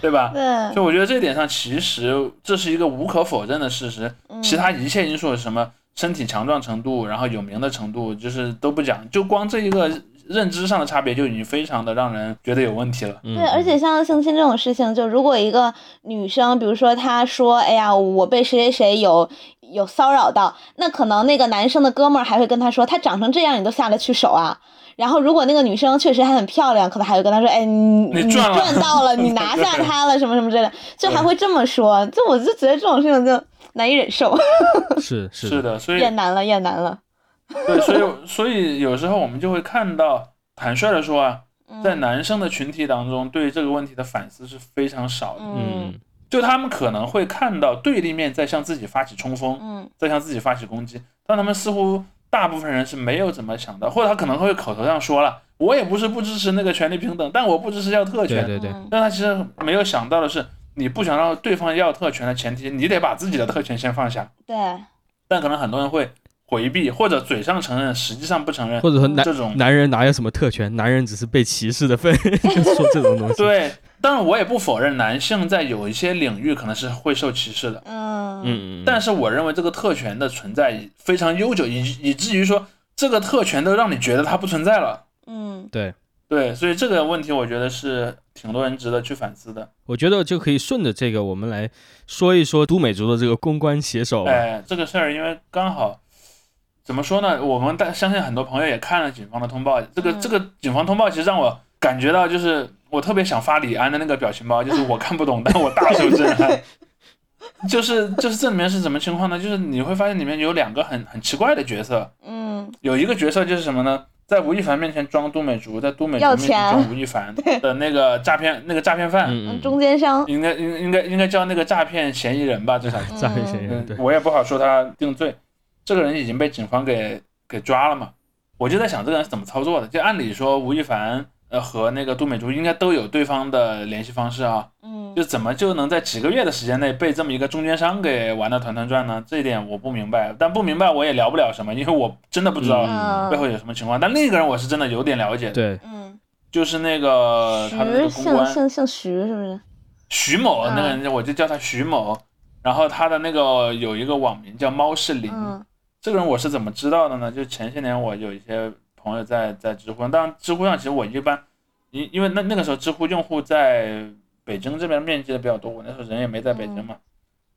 S3: 对吧？
S2: 对，
S3: 所以我觉得这一点上，其实这是一个无可否认的事实。
S2: 嗯
S3: 其他一切因素，什么身体强壮程度，然后有名的程度，就是都不讲，就光这一个认知上的差别，就已经非常的让人觉得有问题了。
S1: 对
S2: 对，而且像性侵这种事情，就如果一个女生，比如说她说：“哎呀，我被谁谁谁有有骚扰到”，那可能那个男生的哥们儿还会跟她说：“他长成这样，你都下得去手啊？”然后如果那个女生确实还很漂亮，可能还会跟她说：“哎，你
S3: 你
S2: 你
S3: 赚了
S2: 到了，你拿下她了，什么什么之类的。”就还会这么说，就我就觉得这种事情就难以忍受，
S1: 嗯是是
S3: 是的，所以
S2: 厌难了，厌难了。
S3: 对，所以所以有时候我们就会看到，坦率的说啊，在
S2: 嗯
S3: 男生的群体当中，对这个问题的反思是非常少的。
S2: 嗯
S1: 嗯
S3: 就他们可能会看到对立面在向自己发起冲锋，
S2: 嗯
S3: 在向自己发起攻击，但他们似乎大部分人是没有怎么想到，或者他可能会口头上说了，我也不是不支持那个权利平等，但我不支持要特权。
S1: 对对
S2: 嗯
S3: 但他其实没有想到的是，你不想让对方要特权的前提，你得把自己的特权先放下。
S2: 对，
S3: 但可能很多人会回避，或者嘴上承认，实际上不承认
S1: 或者说男
S3: 这种。
S1: 男人哪有什么特权？男人只是被歧视的份， 说这种东西。
S3: 对，当然我也不否认男性在有一些领域可能是会受歧视的，
S2: 嗯
S1: 嗯，嗯嗯，
S3: 但是我认为这个特权的存在非常悠久，以以至于说这个特权都让你觉得它不存在了。
S2: 嗯
S1: 对，
S3: 对，所以这个问题我觉得是挺多人值得去反思的。
S1: 我觉得就可以顺着这个，我们来说一说都美竹的这个公关写手啊吧。
S3: 哎，这个事儿因为刚好怎么说呢，我们大相信很多朋友也看了警方的通报，这个、
S2: 嗯
S3: 这个警方通报其实让我感觉到就是我特别想发李安的那个表情包，就是我看 不懂，但我大受震撼。就是就是这里面是什么情况呢？就是你会发现里面有两个很很奇怪的角色，
S2: 嗯
S3: 有一个角色就是什么呢？在吴亦凡面前装都美竹，在都美竹
S2: 要
S3: 面前
S2: 钱
S3: 装吴 亦凡的那个诈骗那个诈骗犯，
S1: 嗯嗯，
S2: 中间商，
S3: 应该应应该应该叫那个诈骗嫌疑人吧，至少。
S1: 诈骗嫌疑人
S3: 嗯
S1: 对，，
S3: 我也不好说他定罪，这个人已经被警方给给抓了嘛。我就在想这个人是怎么操作的。就按理说吴亦凡呃和那个都美竹应该都有对方的联系方式啊，
S2: 嗯
S3: 就怎么就能在几个月的时间内被这么一个中间商给玩的团团转呢？这一点我不明白，但不明白我也聊不了什么，因为我真的不知道
S1: 嗯
S3: 背后有什么情况。但另一个人我是真的有点了解的，
S1: 对，
S2: 嗯。
S3: 就是那个
S2: 徐
S3: 呃他的那个公
S2: 姓
S3: 关
S2: 姓姓徐是不是？
S3: 徐某，
S2: 嗯
S3: 那个人我就叫他徐某。然后他的那个有一个网名叫猫是零，
S2: 嗯
S3: 这个人我是怎么知道的呢？就前些年我有一些朋友在在知乎，当然知乎上其实我一般，因因为那那个时候知乎用户在北京这边面积的比较多，我那时候人也没在北京嘛。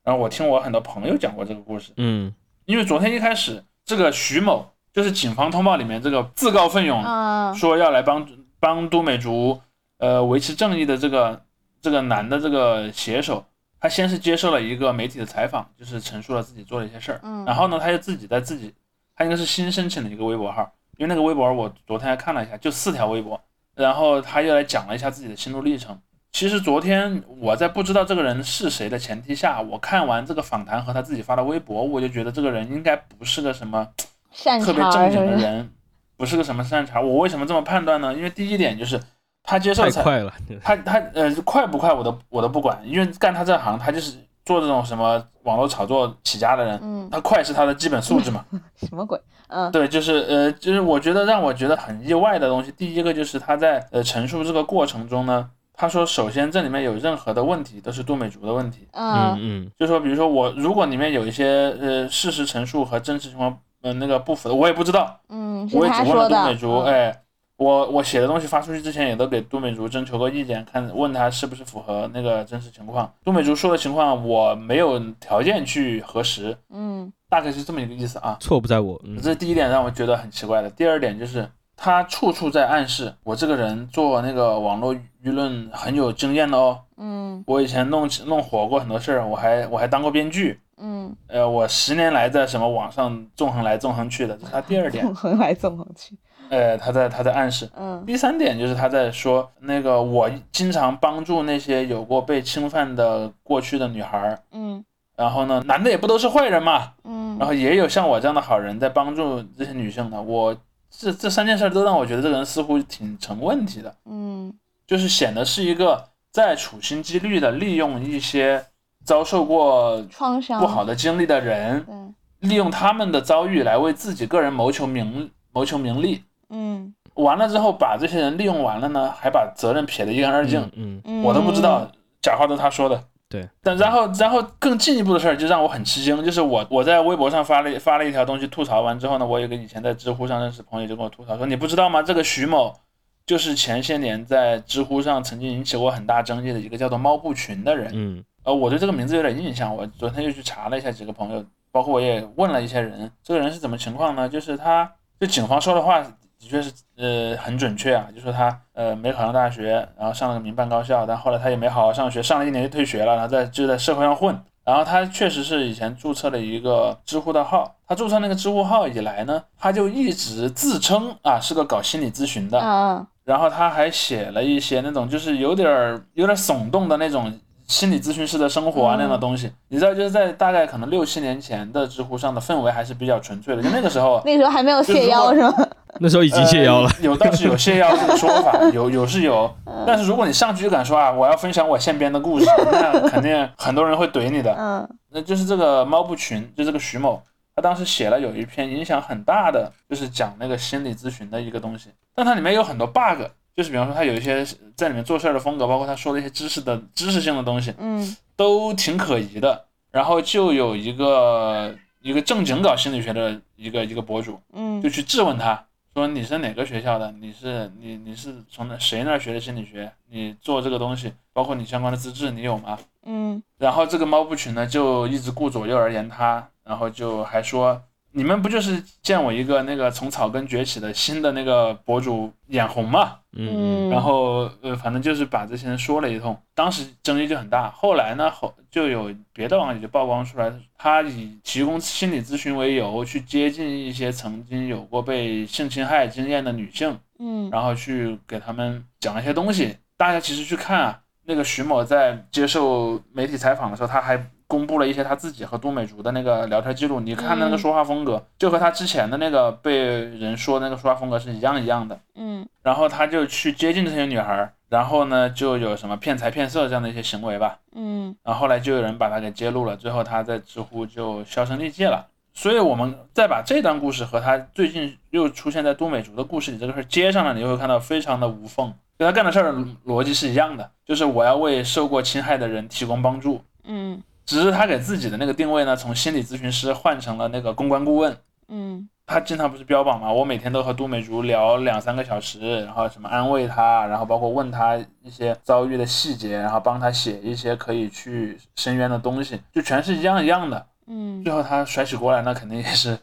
S3: 然后我听我很多朋友讲过这个故事，
S1: 嗯
S3: 因为昨天一开始这个徐某就是警方通报里面这个自告奋勇
S2: 嗯
S3: 说要来帮帮都美竹呃维持正义的这个这个男的这个写手，他先是接受了一个媒体的采访，就是陈述了自己做了一些事儿，
S2: 嗯
S3: 然后呢，他又自己在自己，他应该是新申请的一个微博号，因为那个微博我昨天还看了一下，就四条微博，然后他又来讲了一下自己的心路历程。其实昨天我在不知道这个人是谁的前提下，我看完这个访谈和他自己发的微博，我就觉得这个人应该不是个什么
S2: 擅
S3: 特
S2: 长
S3: 别
S2: 是
S3: 正经的
S2: 不是？
S3: 人，不是个什么善茬。我为什么这么判断呢？因为第一点就是他接受
S1: 太
S3: 采，
S1: 快了，嗯
S3: 他他呃快不快我都我都不管，因为干他这行，他就是做这种什么网络炒作起家的人，
S2: 嗯，
S3: 他快是他的基本素质嘛。
S2: 什么鬼？嗯
S3: 对，就是呃，就是我觉得让我觉得很意外的东西，第一个就是他在呃陈述这个过程中呢，他说首先这里面有任何的问题都是杜美竹的问题，
S2: 嗯
S1: 嗯嗯
S3: 就说比如说我如果里面有一些呃事实陈述和真实情况嗯那个不符的，我也不知道，
S2: 嗯，是
S3: 我也
S2: 他
S3: 只问了
S2: 说的
S3: 杜。美竹，
S2: 嗯
S3: 哎，我我写的东西发出去之前，也都给杜美竹征求过意见，看问她是不是符合那个真实情况。杜美竹说的情况，我没有条件去核实，
S2: 嗯
S3: 大概是这么一个意思啊。
S1: 错不在我，嗯
S3: 这是第一点让我觉得很奇怪的。第二点就是他处处在暗示我这个人做那个网络舆论很有经验的哦。
S2: 嗯
S3: 我以前弄弄火过很多事儿，我还我还当过编剧。
S2: 嗯，
S3: 呃，我十年来在什么网上纵横来纵横去的，这是他第二 点。
S2: 纵横来纵横去。
S3: 呃，他在他在暗示。
S2: 嗯
S3: 第三点就是他在说那个我经常帮助那些有过被侵犯的过去的女孩儿，
S2: 嗯
S3: 然后呢，男的也不都是坏人嘛，
S2: 嗯
S3: 然后也有像我这样的好人在帮助这些女性的。我这这三件事都让我觉得这个人似乎挺成问题的，
S2: 嗯
S3: 就是显得是一个在处心积虑的利用一些遭受过
S2: 创伤
S3: 不好的经历的人，
S2: 对，
S3: 利用他们的遭遇来为自己个人谋求名谋求名利。
S2: 嗯
S3: 完了之后，把这些人利用完了呢，还把责任撇得一干二净，
S1: 嗯嗯，
S2: 嗯，
S3: 我都不知道，假话都是他说的。
S1: 对，
S3: 但然后然后更进一步的事儿就让我很吃惊，就是我我在微博上发了发了一条东西吐槽完之后呢，我有个以前在知乎上认识的朋友就跟我吐槽说，你不知道吗？这个徐某就是前些年在知乎上曾经引起过很大争议的一个叫做猫步群的人。
S1: 嗯
S3: 呃，我对这个名字有点印象，我昨天又去查了一下几个朋友，包括我也问了一些人，这个人是怎么情况呢？就是他，就警方说的话的确是呃很准确啊，就说他呃没考上大学，然后上了个民办高校，但后来他也没好好上学，上了一年就退学了，然后在就在社会上混。然后他确实是以前注册了一个知乎的号，他注册那个知乎号以来呢，他就一直自称啊是个搞心理咨询的，
S2: 嗯
S3: 然后他还写了一些那种就是有点儿有点儿耸动的那种心理咨询师的生活啊
S2: 嗯。
S3: 那样的东西。你知道，就是在大概可能六七年前的知乎上的氛围还是比较纯粹的，就那个时候
S2: 那时候还没有
S3: 就是
S2: 泻
S3: 如
S2: 药
S3: 果
S2: 是吗？
S1: 那时候已经卸腰了，
S3: 呃有倒是有泻药这个说法，有有是有，但是如果你上去就敢说啊，我要分享我现编的故事，那肯定很多人会怼你的。
S2: 嗯
S3: 那就是这个猫步群，就这个徐某，他当时写了有一篇影响很大的，就是讲那个心理咨询的一个东西，但它里面有很多 bug，就是比方说他有一些在里面做事儿的风格，包括他说的一些知识的知识性的东西，
S2: 嗯
S3: 都挺可疑的。然后就有一个一个正经搞心理学的一个一个博主，就
S2: 嗯
S3: 去质问他说你是哪个学校的？你是你你是从哪谁那儿学的心理学？你做这个东西，包括你相关的资质，你有吗？
S2: 嗯
S3: 然后这个猫步群呢就一直顾左右而言他，然后就还说你们不就是见我一个那个从草根崛起的新的那个博主眼红嘛？
S1: 嗯嗯
S3: 然后呃，反正就是把这些人说了一通，当时争议就很大。后来呢，后就有别的网友就曝光出来，他以提供心理咨询为由去接近一些曾经有过被性侵害经验的女性，
S2: 嗯
S3: 然后去给他们讲一些东西。大家其实去看啊，那个徐某在接受媒体采访的时候，他还公布了一些他自己和都美竹的那个聊天记录。你看那个
S2: 嗯
S3: 说话风格，就和他之前的那个被人说那个说话风格是一样一样的。
S2: 嗯
S3: 然后他就去接近这些女孩儿，然后呢就有什么骗财骗色这样的一些行为吧。
S2: 嗯
S3: 然后后来就有人把他给揭露了，最后他在知乎就销声匿迹了。所以我们再把这段故事和他最近又出现在都美竹的故事里这个事儿接上了，你就会看到非常的无缝，就他干的事儿逻辑是一样的，就是我要为受过侵害的人提供帮助，
S2: 嗯
S3: 只是他给自己的那个定位呢，从心理咨询师换成了那个公关顾问。
S2: 嗯
S3: 他经常不是标榜嘛，我每天都和都美竹聊两三个小时，然后什么安慰她，然后包括问她一些遭遇的细节，然后帮她写一些可以去伸冤的东西，就全是一样一样的。
S2: 嗯
S3: 最后他甩起锅来，那肯定也是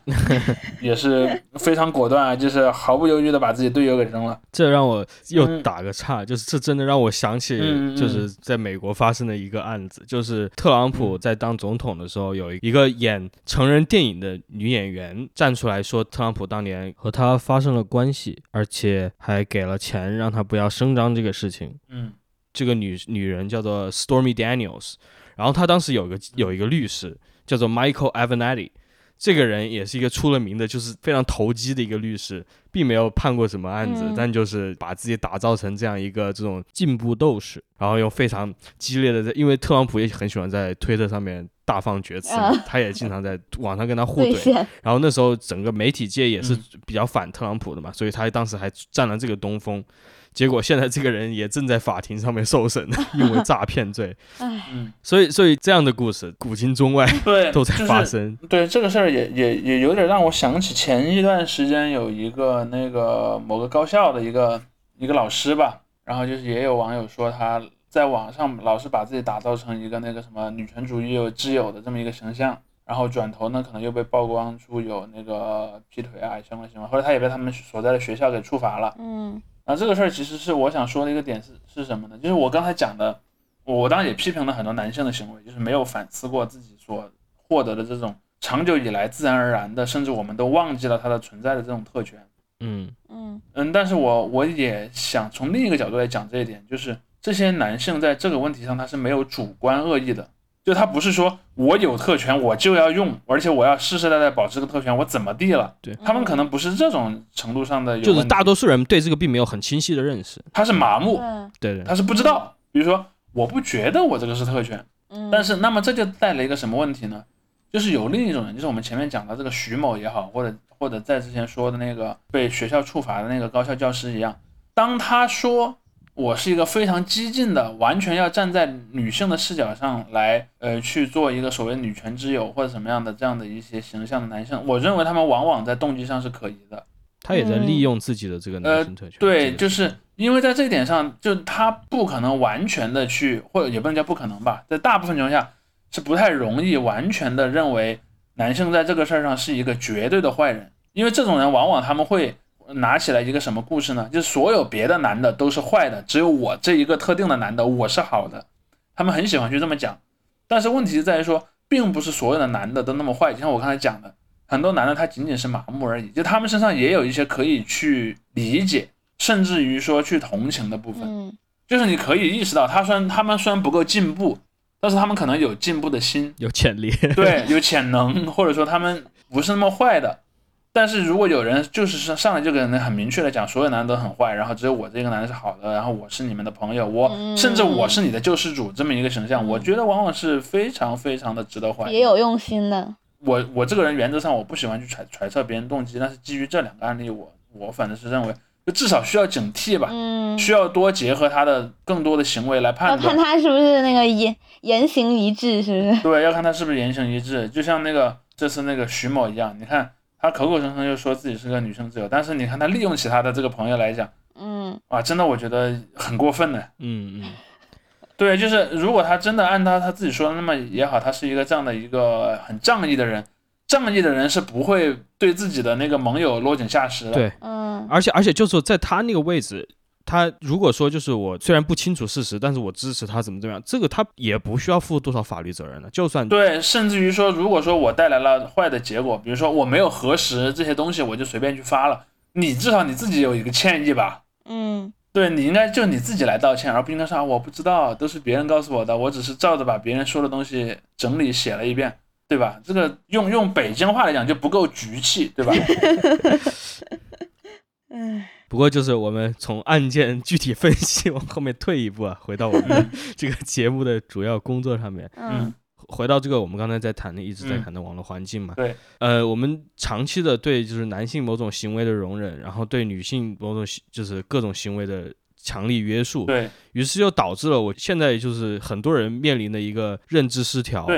S3: 也是非常果断啊，就是毫不犹豫的把自己队友给扔了。
S1: 这让我又
S3: 嗯
S1: 打个岔，就是这真的让我想起
S3: 嗯嗯，嗯
S1: 就是在美国发生的一个案子，就是特朗
S3: 嗯
S1: 普在当总统的时候，有一个演成人电影的女演员站出来说，特朗普当年和她发生了关系，而且还给了钱让她不要声张这个事情。
S3: 嗯
S1: 这个女女人叫做 Stormy Daniels，然后她当时有个有一个律师叫做 Michael Avenatti，这个人也是一个出了名的，就是非常投机的一个律师，并没有判过什么案子，
S2: 嗯
S1: 但就是把自己打造成这样一个这种进步斗士，然后用非常激烈的在，因为特朗普也很喜欢在推特上面大放厥词，
S2: 嗯
S1: 他也经常在网上跟他互
S2: 兑
S1: 怼，
S2: 现，
S1: 然后那时候整个媒体界也是
S3: 嗯
S1: 比较反特朗普的嘛，所以他当时还占了这个东风。结果现在这个人也正在法庭上面受审， 因为诈骗罪。
S2: 哎，
S3: 嗯，
S1: 所以，所以这样的故事，古今 中外
S3: 对，
S1: 都在发
S3: 就是
S1: 生。
S3: 对这个事儿也也也有点让我想起前一段时间有一个那个某个高校的一个一个老师吧，然后就是也有网友说他在网上老是把自己打造成一个那个什么女权主义有挚友的这么一个形象，然后转头呢可能又被曝光出有那个劈腿啊相关行为，后来他也被他们所在的学校给处罚了。
S2: 嗯
S3: 那这个事儿其实是我想说的一个点是是什么呢？就是我刚才讲的，我我当然也批评了很多男性的行为，就是没有反思过自己所获得的这种长久以来自然而然的，甚至我们都忘记了它的存在的这种特权。
S1: 嗯
S2: 嗯
S3: 嗯，但是我我也想从另一个角度来讲这一点，就是这些男性在这个问题上他是没有主观恶意的，就他不是说我有特权我就要用，而且我要世世代代保持这个特权，我怎么地了？
S1: 对
S3: 他们可能不是这种程度上的有
S1: 嗯就是
S3: 问题
S1: 大多数人对这个并没有很清晰的认识。
S3: 他是麻木，
S2: 嗯
S1: 对对，
S3: 他是不知道。比如说，我不觉得我这个是特权，
S2: 嗯，
S3: 但是那么这就带来一个什么问题呢？就是有另一种人，就是我们前面讲的这个徐某也好，或者或者在之前说的那个被学校处罚的那个高校教师一样，当他说我是一个非常激进的，完全要站在女性的视角上来，呃，去做一个所谓女权之友或者什么样的这样的一些形象的男性，我认为他们往往在动机上是可疑的。
S1: 他也在利用自己的这个男性特权。
S3: 嗯呃对，
S1: 这个
S3: 就是因为在这一点上，就他不可能完全的去，或者也不能叫不可能吧，在大部分情况下是不太容易完全的认为男性在这个事儿上是一个绝对的坏人，因为这种人往往他们会拿起来一个什么故事呢？就是所有别的男的都是坏的，只有我这一个特定的男的我是好的，他们很喜欢去这么讲。但是问题在于说，并不是所有的男的都那么坏，就像我刚才讲的，很多男的他仅仅是麻木而已，就他们身上也有一些可以去理解，甚至于说去同情的部分。
S2: 嗯
S3: 就是你可以意识到，他虽然他们虽然不够进步，但是他们可能有进步的心，
S1: 有潜 力。
S3: 对，有潜能，或者说他们不是那么坏的。但是如果有人就是上上来就给人很明确的讲，所有男的都很坏，然后只有我这个男的是好的，然后我是你们的朋友，我
S2: 嗯
S3: 甚至我是你的救世主这么一个形象，我觉得往往是非常非常的值得怀疑。
S2: 别有用心的，
S3: 我我这个人原则上我不喜欢去揣揣测别人动机，但是基于这两个案例，我我反正是认为，就至少需要警惕吧，
S2: 嗯，
S3: 需要多结合他的更多的行为来
S2: 要
S3: 判
S2: 看
S3: 断。
S2: 他是不是那个言言行一致，是不是？
S3: 对，要看他是不是言行一致。就像那个这次那个徐某一样，你看他口口声声就说自己是个女性自由，但是你看他利用起他的这个朋友来讲，
S2: 嗯
S3: 啊，真的我觉得很过分呢。
S1: 嗯嗯，
S3: 对，就是如果他真的按他他自己说的那么也好，他是一个这样的一个很仗义的人，仗义的人是不会对自己的那个盟友落井下石的。
S1: 对
S2: 嗯
S1: 而且而且就是说在他那个位置，他如果说就是我虽然不清楚事实，但是我支持他怎么怎么样，这个他也不需要负多少法律责任了。就算
S3: 对，甚至于说，如果说我带来了坏的结果，比如说我没有核实这些东西，我就随便去发了，你至少你自己有一个歉意吧？
S2: 嗯
S3: 对你应该就你自己来道歉，而不应该说啊我不知道，都是别人告诉我的，我只是照着把别人说的东西整理写了一遍，对吧？这个用用北京话来讲就不够局气，对吧？
S2: 嗯
S1: 不过就是我们从案件具体分析往后面退一步啊，回到我 们这个节目的主要工作上面。
S2: 嗯
S1: 回到这个我们刚才在谈的，一直在
S3: 嗯
S1: 谈的网络环境嘛。
S3: 对。
S1: 呃，我们长期的对就是男性某种行为的容忍，然后对女性某种行就是各种行为的强力约束，
S3: 对
S1: 于是就导致了我现在就是很多人面临的一个认知失调。
S3: 对。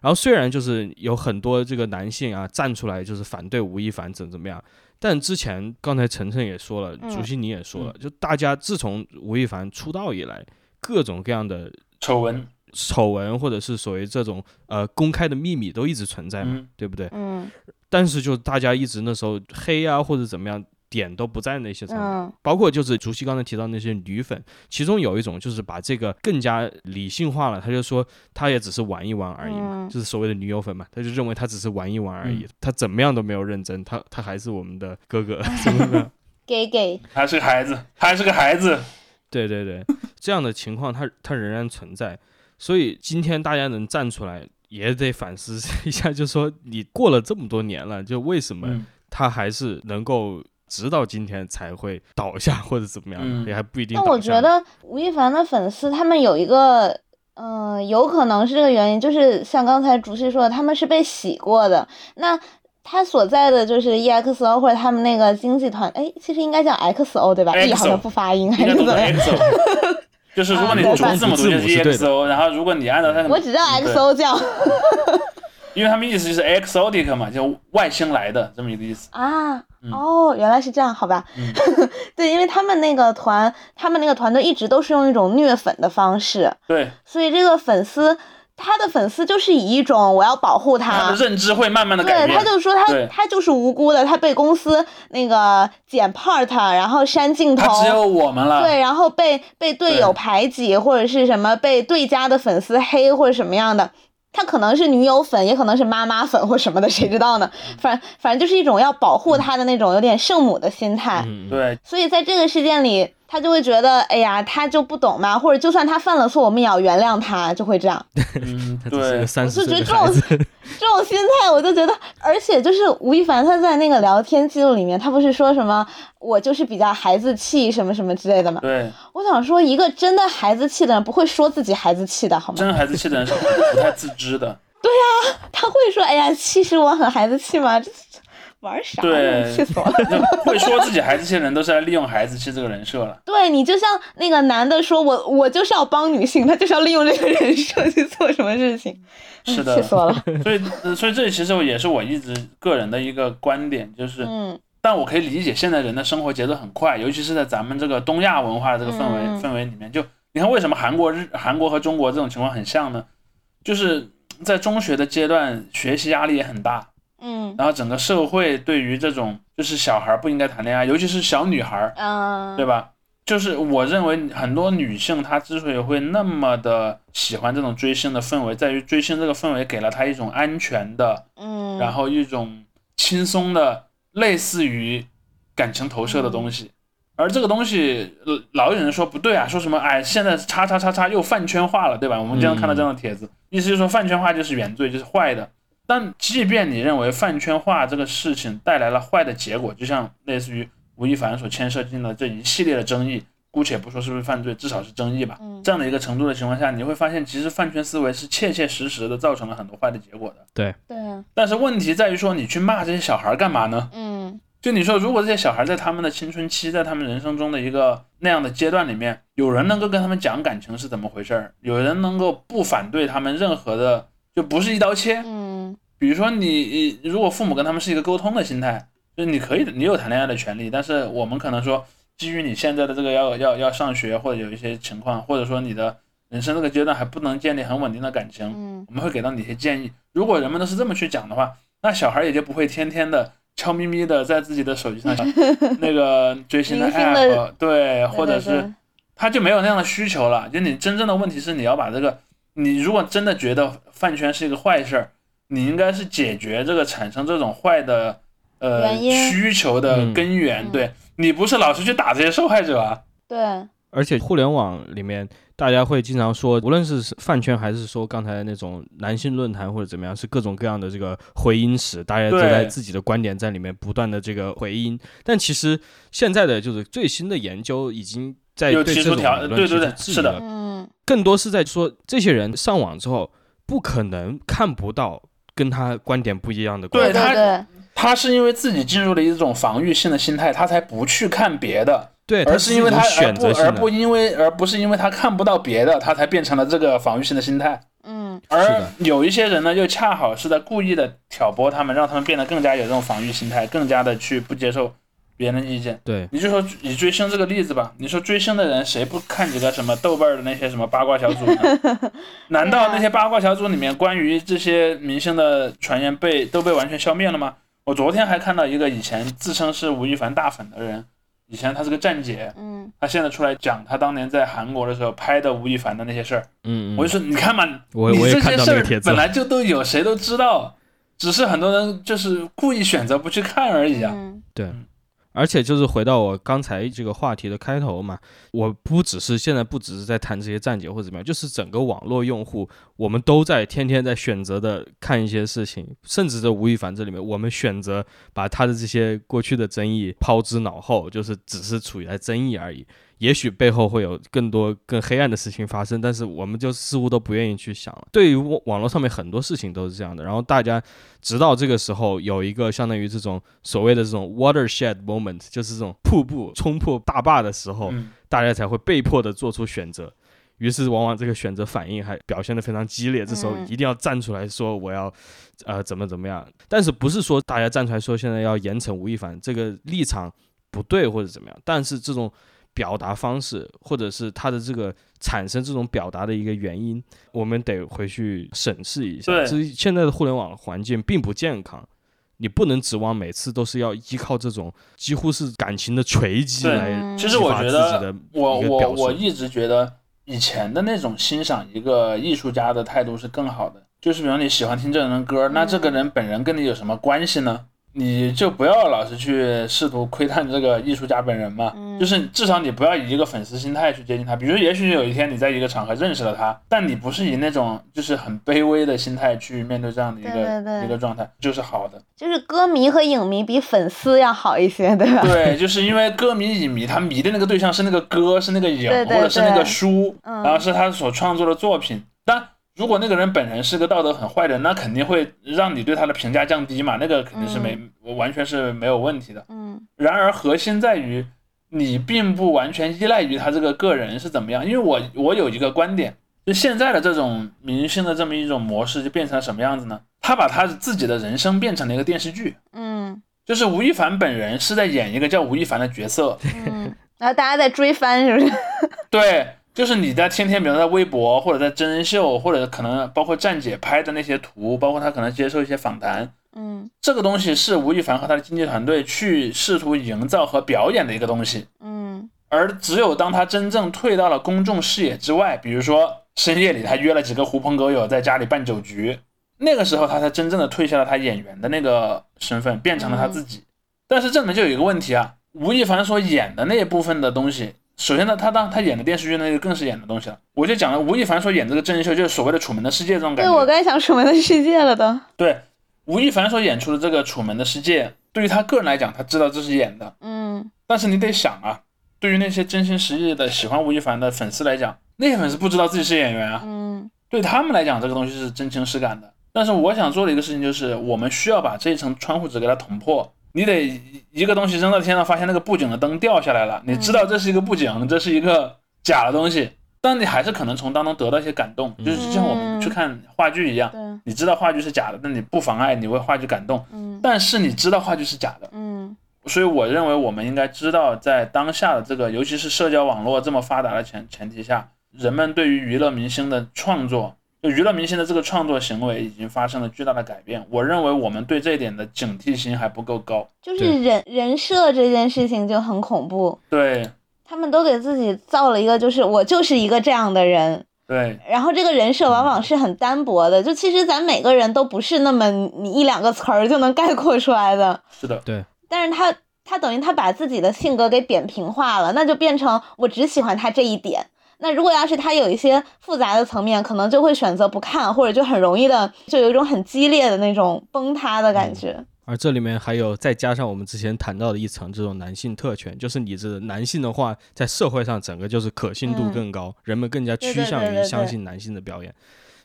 S1: 然后虽然就是有很多这个男性啊站出来就是反对吴亦凡怎么怎么样，但之前刚才晨晨也说了，
S2: 嗯
S1: 竹溪你也说了，就大家自从吴亦凡出道以来，各种各样的
S3: 丑闻，
S1: 丑闻或者是所谓这种呃公开的秘密都一直存在嘛，
S3: 嗯，
S1: 对不对？
S2: 嗯
S1: 但是就大家一直那时候黑啊或者怎么样点都不在那些上面，
S2: 嗯
S1: 包括就是竹溪刚才提到那些女粉，其中有一种就是把这个更加理性化了，他就说他也只是玩一玩而已嘛，
S2: 嗯
S1: 就是所谓的女友粉嘛，他就认为他只是玩一玩而已，他怎么样都没有认真，他他还是我们的哥 哥，怎么样？
S2: ，gay gay，
S3: 还是个孩子，他还是个孩子，
S1: 对对对，这样的情况它它仍然存在，所以今天大家能站出来，也得反思一下，就说你过了这么多年了，就为什么
S3: 嗯，
S1: 他还是能够直到今天才会倒下或者怎么样，
S3: 嗯
S1: 也还不一定
S2: 但
S1: 倒下。
S2: 我觉得吴亦凡的粉丝他们有一个，嗯、有可能是这个原因，就是像刚才竹溪说的，他们是被洗过的。那他所在的就是 EXO 或者他们那个经济团，哎，其实应该叫 XO 对吧
S3: XO
S2: e 好像不发音
S3: 应
S2: 还
S3: 该
S2: 是
S3: 读
S2: 怎
S3: 成
S2: 么样？
S3: EXO，就是如果你
S2: 啊
S3: 读
S2: 对
S3: 中文字母读就
S1: 中文字母是对的
S3: EXO，然后如果你按照它的，
S2: 我只知道
S3: 嗯对
S2: XO 叫
S3: 因为他们意思就是 exotic 嘛，就外星来的这么一个意思。
S2: 啊
S3: 嗯，
S2: 哦，原来是这样，好吧？
S3: 嗯
S2: 对，因为他们那个团，他们那个团队一直都是用一种虐粉的方式，
S3: 对，
S2: 所以这个粉丝他的粉丝就是以一种我要保护
S3: 他
S2: 他
S3: 的。认知会慢慢的改
S2: 对，
S3: 变
S2: 他。就说他
S3: 对
S2: 他就是无辜的，他被公司那个剪 part，然后删镜头，
S3: 他只有我们
S1: 啊
S3: 了。
S2: 对，然后被被队友
S3: 对
S2: 排挤，或者是什么被对家的粉丝黑，或者什么样的。他可能是女友粉，也可能是妈妈粉或什么的，谁知道呢？
S1: 嗯
S2: 反反正就是一种要保护他的那种有点圣母的心态。
S1: 嗯，嗯
S3: 对
S2: 所以在这个事件里，他就会觉得，哎呀，他就不懂嘛，或者就算他犯了错，我们也要原谅他，就会这样。
S3: 嗯，
S1: 他只是
S3: 对
S1: 个，三十
S2: 我就
S1: 岁的
S2: 觉得
S1: 孩子，
S2: 这种心态，我就觉得，而且就是吴亦凡他在那个聊天记录里面，他不是说什么我就是比较孩子气什么什么之类的嘛？
S3: 对，
S2: 我想说，一个真的孩子气的人不会说自己孩子气的好吗？
S3: 真孩子气的人是不太自知的。
S2: 他会说：“哎呀，其实我很孩子气吗？这这玩啥呢？
S3: 对
S2: 气死我了！”
S3: 就会说自己孩子气的人都是来利用孩子气这个人设了。
S2: 对你就像那个男的说：“我我就是要帮女性，他就是要利用这个人设去做什么事情。”
S3: 是
S2: 嗯气
S3: 的，
S2: 死我了。
S3: 所以呃所以这其实也是我一直个人的一个观点，就是，
S2: 嗯
S3: 但我可以理解现在人的生活节奏很快，尤其是在咱们这个东亚文化这个氛围、
S2: 嗯
S3: 氛围里面，就你看为什么韩国日韩国和中国这种情况很像呢？就是在中学的阶段，学习压力也很大，
S2: 嗯
S3: 然后整个社会对于这种就是小孩不应该谈恋爱，尤其是小女孩，
S2: 嗯
S3: 对吧？就是我认为很多女性她之所以会那么的喜欢这种追星的氛围，在于追星这个氛围给了她一种安全的，
S2: 嗯，
S3: 然后一种轻松的，类似于感情投射的东
S2: 嗯
S3: 西。而这个东西，呃老有人说不对啊，说什么哎，现在叉叉叉叉又饭圈化了，对吧？我们经常看到这样的帖子，
S2: 嗯
S3: 意思就是说饭圈化就是原罪，就是坏的。但即便你认为饭圈化这个事情带来了坏的结果，就像类似于吴亦凡所牵涉进的这一系列的争议，姑且不说是不是犯罪，至少是争议吧。
S2: 嗯
S3: 这样的一个程度的情况下，你会发现，其实饭圈思维是切切实实的造成了很多坏的结果的。
S2: 对啊
S3: 但是问题在于说，你去骂这些小孩儿干嘛呢？
S2: 嗯
S3: 就你说，如果这些小孩在他们的青春期，在他们人生中的一个那样的阶段里面，有人能够跟他们讲感情是怎么回事儿，有人能够不反对他们任何的，就不是一刀切。
S2: 嗯
S3: 比如说你，你如果父母跟他们是一个沟通的心态，就是你可以，你有谈恋爱的权利，但是我们可能说，基于你现在的这个要要要上学，或者有一些情况，或者说你的人生这个阶段还不能建立很稳定的感情，
S2: 嗯
S3: 我们会给到你一些建议。如果人们都是这么去讲的话，那小孩也就不会天天的悄咪咪的在自己的手机上 那个追星的
S2: 明星的
S3: app，对，或者
S2: 对对
S3: 是
S2: 对
S3: 他就没有那样的需求了。就你真正的问题是，你要把这个，你如果真的觉得饭圈是一个坏事儿，你应该是解决这个产生这种坏的呃
S2: 原因
S3: 需求的
S1: 嗯
S3: 根源。
S2: 嗯
S3: 对你不是老是去打这些受害者啊，
S2: 对
S1: 而且互联网里面大家会经常说，无论是饭圈还是说刚才那种男性论坛或者怎么样，是各种各样的这个回音史，大家都
S3: 对
S1: 在自己的观点在里面不断的这个回音。但其实现在的就是最新的研究已经在
S3: 有
S1: 对
S3: 提
S1: 这
S3: 出
S1: 种
S3: 条
S1: 理论
S3: 对
S1: 提
S3: 对
S1: 出
S3: 对
S1: 质疑
S3: 是的
S1: 了
S2: 嗯
S1: 更多是在说这些人上网之后不可能看不到跟他观点不一样的观
S3: 对
S1: 点。
S3: 他
S2: 对对
S3: 他是因为自己进入了一种防御性的心态，他才不去看别的。
S1: 对，
S3: 而
S1: 他
S3: 是因为
S1: 一
S3: 他
S1: 种
S3: 而
S1: 选
S3: 不
S1: 择性
S3: 而
S1: 的
S3: 不因为而不是因为他看不到别的，他才变成了这个防御性的心态。
S2: 嗯
S1: 是
S3: 而
S1: 的
S3: 有一些人呢，又恰好是在故意的挑拨他们，让他们变得更加有这种防御心态，更加的去不接受别人的意见。
S1: 对，
S3: 你就说以追星这个例子吧，你说追星的人谁不看几个什么豆瓣儿的那些什么八卦小组呢？难道那些八卦小组里面关于这些明星的传言被都被完全消灭了吗？我昨天还看到一个以前自称是吴亦凡大粉的人，以前他是个站姐，
S2: 嗯
S3: 他现在出来讲他当年在韩国的时候拍的吴亦凡的那些事儿，
S1: 嗯，嗯
S3: 我就说你看嘛，
S1: 我
S3: 你
S1: 我也
S3: 这
S1: 看
S3: 些
S1: 到
S3: 事
S1: 那个
S3: 儿
S1: 帖子
S3: 本
S1: 了，
S3: 来就都有，谁都知道，只是很多人就是故意选择不去看而已啊。
S2: 嗯
S1: 而且就是回到我刚才这个话题的开头嘛，我不只是现在不只是在谈这些站姐或者怎么样，就是整个网络用户，我们都在天天在选择的看一些事情，甚至在吴亦凡这里面，我们选择把他的这些过去的争议抛之脑后，就是只是处于在争议而已。也许背后会有更多更黑暗的事情发生，但是我们就似乎都不愿意去想了。对于网网络上面很多事情都是这样的，然后大家直到这个时候有一个相当于这种所谓的这种 watershed moment，就是这种瀑布冲破大坝的时候，
S3: 嗯
S1: 大家才会被迫的做出选择。于是，往往这个选择反应还表现得非常激烈。这时候
S2: 嗯
S1: 一定要站出来说我要，呃，怎么怎么样。但是不是说大家站出来说现在要严惩吴亦凡这个立场不对或者怎么样？但是这种表达方式，或者是他的这个产生这种表达的一个原因，我们得回去审视一下。
S3: 对
S1: 这现在的互联网环境并不健康，你不能指望每次都是要依靠这种几乎是感情的锤击
S3: 对
S1: 来
S2: 嗯
S1: 激
S3: 其实我
S1: 发
S3: 觉
S1: 自
S3: 得
S1: 己的
S3: 我
S1: 呃一个
S3: 我
S1: 表
S3: 我
S1: 述
S3: 一直觉得以前的那种欣赏一个艺术家的态度是更好的，就是比如你喜欢听这种人的歌，那这个
S2: 嗯
S3: 人本人跟你有什么关系呢？你就不要老是去试图窥探这个艺术家本人嘛，
S2: 嗯
S3: 就是至少你不要以一个粉丝心态去接近他。比如，也许有一天你在一个场合认识了他，但你不是以那种就是很卑微的心态去面对这样的一个
S2: 对对对
S3: 一个状态，就是好的。
S2: 就是歌迷和影迷比粉丝要好一些，对吧？
S3: 对，就是因为歌迷影迷，他迷的那个对象是那个歌，是那个影，
S2: 对对
S3: 或者是那个
S2: 对
S3: 书，
S2: 嗯
S3: 然后是他所创作的作品。但如果那个人本人是个道德很坏的人，那肯定会让你对他的评价降低嘛，那个肯定是没，我完全是没有问题的。
S2: 嗯
S3: 然而核心在于，你并不完全依赖于他这个个人是怎么样，因为我我有一个观点，就现在的这种明星的这么一种模式就变成了什么样子呢？他把他自己的人生变成了一个电视剧。
S2: 嗯
S3: 就是吴亦凡本人是在演一个叫吴亦凡的角色，
S2: 嗯，然后大家在追番，是不是？
S3: 对，就是你在天天，比如在微博或者在真人秀，或者可能包括站姐拍的那些图，包括他可能接受一些访谈，
S2: 嗯
S3: 这个东西是吴亦凡和他的经纪团队去试图营造和表演的一个东西。
S2: 嗯
S3: 而只有当他真正退到了公众视野之外，比如说深夜里他约了几个狐朋狗友在家里办酒局，那个时候他才真正的退下了他演员的那个身份，变成了
S2: 嗯
S3: 他自己。但是这里面就有一个问题啊，吴亦凡所演的那一部分的东西，首先呢，他当他演的电视剧那就更是演的东西了。我就讲了，吴亦凡所演这个真人秀就是所谓的《楚门的世界》这种感
S2: 对，
S3: 觉。
S2: 我刚才想《楚门的世界》了都。
S3: 对吴亦凡所演出的这个《楚门的世界》，对于他个人来讲，他知道这是演的，
S2: 嗯
S3: 但是你得想啊，对于那些真心实意的喜欢吴亦凡的粉丝来讲，那些粉丝不知道自己是演员啊，
S2: 嗯
S3: 对他们来讲，这个东西是真情实感的。但是我想做的一个事情就是，我们需要把这一层窗户纸给它捅破。你得一个东西扔到天上，发现那个布景的灯掉下来了，你知道这是一个布景，这是一个假的东西，但你还是可能从当中得到一些感动，就是就像我们去看话剧一样，
S2: 对，
S3: 你知道话剧是假的，但你不妨碍你为话剧感动，
S2: 嗯
S3: 但是你知道话剧是假的，
S2: 嗯
S3: 所以我认为我们应该知道，在当下的这个，尤其是社交网络这么发达的前前提下，人们对于娱乐明星的创作，就娱乐明星的这个创作行为已经发生了巨大的改变。我认为我们对这一点的警惕心还不够高。
S2: 就是
S1: 对
S2: 人人设这件事情就很恐怖，
S3: 对
S2: 他们都给自己造了一个，就是我就是一个这样的人，
S3: 对
S2: 然后这个人设往往是很单薄的，就其实咱每个人都不是那么你一两个词儿就能概括出来的，
S3: 是的，
S2: 但是他他等于他把自己的性格给扁平化了，那就变成我只喜欢他这一点。那如果要是他有一些复杂的层面，可能就会选择不看，或者就很容易的就有一种很激烈的那种崩塌的感觉。
S1: 而这里面还有再加上我们之前谈到的一层这种男性特权，就是你这男性的话，在社会上整个就是可信度
S2: 嗯
S1: 更高，人们更加
S2: 对
S1: 趋
S2: 对
S1: 向
S2: 对
S1: 于
S2: 对
S1: 相
S2: 对
S1: 信男性的表演，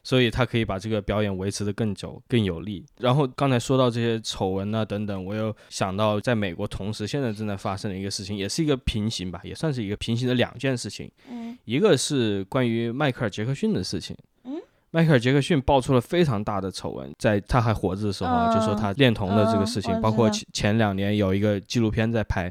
S1: 所以他可以把这个表演维持的更久、更有力。然后刚才说到这些丑闻啊等等，我又想到在美国同时现在正在发生的一个事情，也是一个平行吧，也算是一个平行的两件事情。
S2: 嗯
S1: 一个是关于迈克尔·杰克逊的事情。
S2: 嗯，
S1: 迈克尔·杰克逊爆出了非常大的丑闻，在他还活着的时候啊，
S2: 嗯
S1: 就说他恋童的这个事情，
S2: 嗯我知道
S1: 包括前前两年有一个纪录片在拍。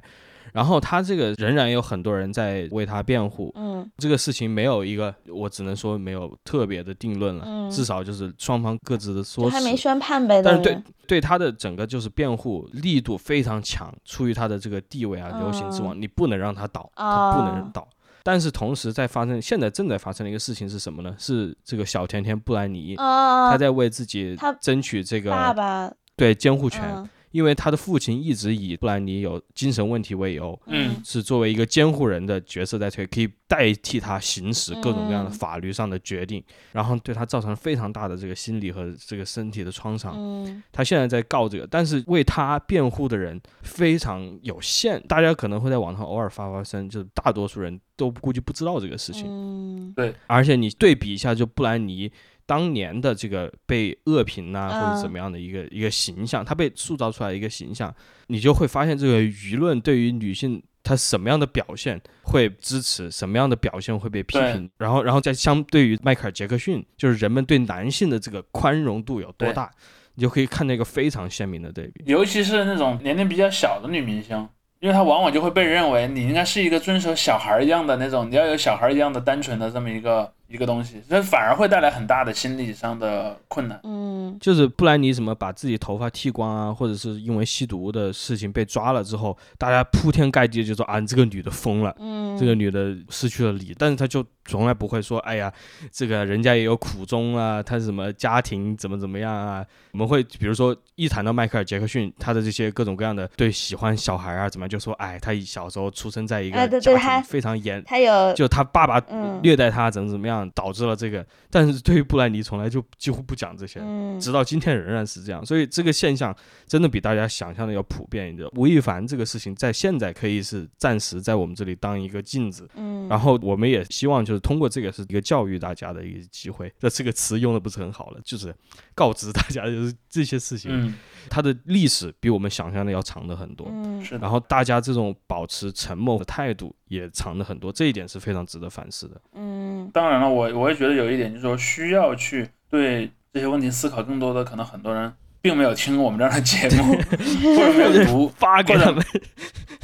S1: 然后他这个仍然有很多人在为他辩护，
S2: 嗯
S1: 这个事情没有一个，我只能说没有特别的定论了，
S2: 嗯
S1: 至少就是双方各自的
S2: 就
S1: 说
S2: 还
S1: 辞。
S2: 没宣判呗，
S1: 但是对
S2: 等于
S1: 对他的整个就是辩护力度非常强，出于他的这个地位
S2: 嗯
S1: 啊，流行之王，你不能让他倒，他不能
S2: 啊
S1: 倒。但是同时在发生，现在正在发生的一个事情是什么呢？是这个小甜甜布兰妮，
S2: 啊，
S1: 她在为自己
S2: 她
S1: 争取这个
S2: 爸爸
S1: 对监护权，
S2: 嗯
S1: 因为他的父亲一直以布兰妮有精神问题为由，
S3: 嗯
S1: 是作为一个监护人的角色在推，可以代替他行使各种各样的
S2: 嗯
S1: 法律上的决定，然后对他造成非常大的这个心理和这个身体的创伤。
S2: 嗯
S1: 他现在在告这个，但是为他辩护的人非常有限，大家可能会在网上偶尔发发声，就是大多数人都估计不知道这个事情。
S2: 嗯
S1: 而且你对比一下，就布兰妮当年的这个被恶评呐、
S2: 嗯
S1: 或者怎么样的一个一个形象，她被塑造出来的一个形象，你就会发现这个舆论对于女性。她什么样的表现会支持，什么样的表现会被批评，然后，然后再相对于迈克尔·杰克逊，就是人们对男性的这个宽容度有多
S3: 对
S1: 大，你就可以看那个非常鲜明的对比。
S3: 尤其是那种年龄比较小的女明星，因为她往往就会被认为你应该是一个遵守小孩儿一样的那种，你要有小孩儿一样的单纯的这么一个一个东西，这反而会带来很大的心理上的困难。
S2: 嗯
S1: 就是布兰妮什么把自己头发剃光啊，或者是因为吸毒的事情被抓了之后，大家铺天盖地地就说啊，你这个女的疯了。
S2: 嗯，
S1: 这个女的失去了理，但是她就从来不会说，哎呀，这个人家也有苦衷啊，她什么家庭怎么怎么样啊。我们会比如说一谈到迈克尔·杰克逊，他的这些各种各样的对喜欢小孩啊怎么样，就说，哎，他小时候出生在一
S2: 哎
S1: 个
S2: 对对
S1: 家
S2: 他
S1: 庭非常严，
S2: 他有
S1: 就他爸爸
S2: 嗯
S1: 虐待他怎么怎么样，导致了这个。但是对于布兰妮，从来就几乎不讲这些。
S2: 嗯
S1: 直到今天仍然是这样，所以这个现象真的比大家想象的要普遍一点。吴亦凡这个事情在现在可以是暂时在我们这里当一个镜子，
S2: 嗯，
S1: 然后我们也希望就是通过这个是一个教育大家的一个机会。那这个词用的不是很好了，就是告知大家就是这些事情，
S3: 嗯，
S1: 它的历史比我们想象的要长的很多。
S2: 嗯
S3: 是的
S1: 然。后大家这种保持沉默的态度也长的很多，这一点是非常值得反思的。
S2: 嗯
S3: 当然了，我我也觉得有一点就是说需要去对这些问题思考更多的，可能很多人并没有听我们这样的节目，或者没有 读，
S1: 发给他们，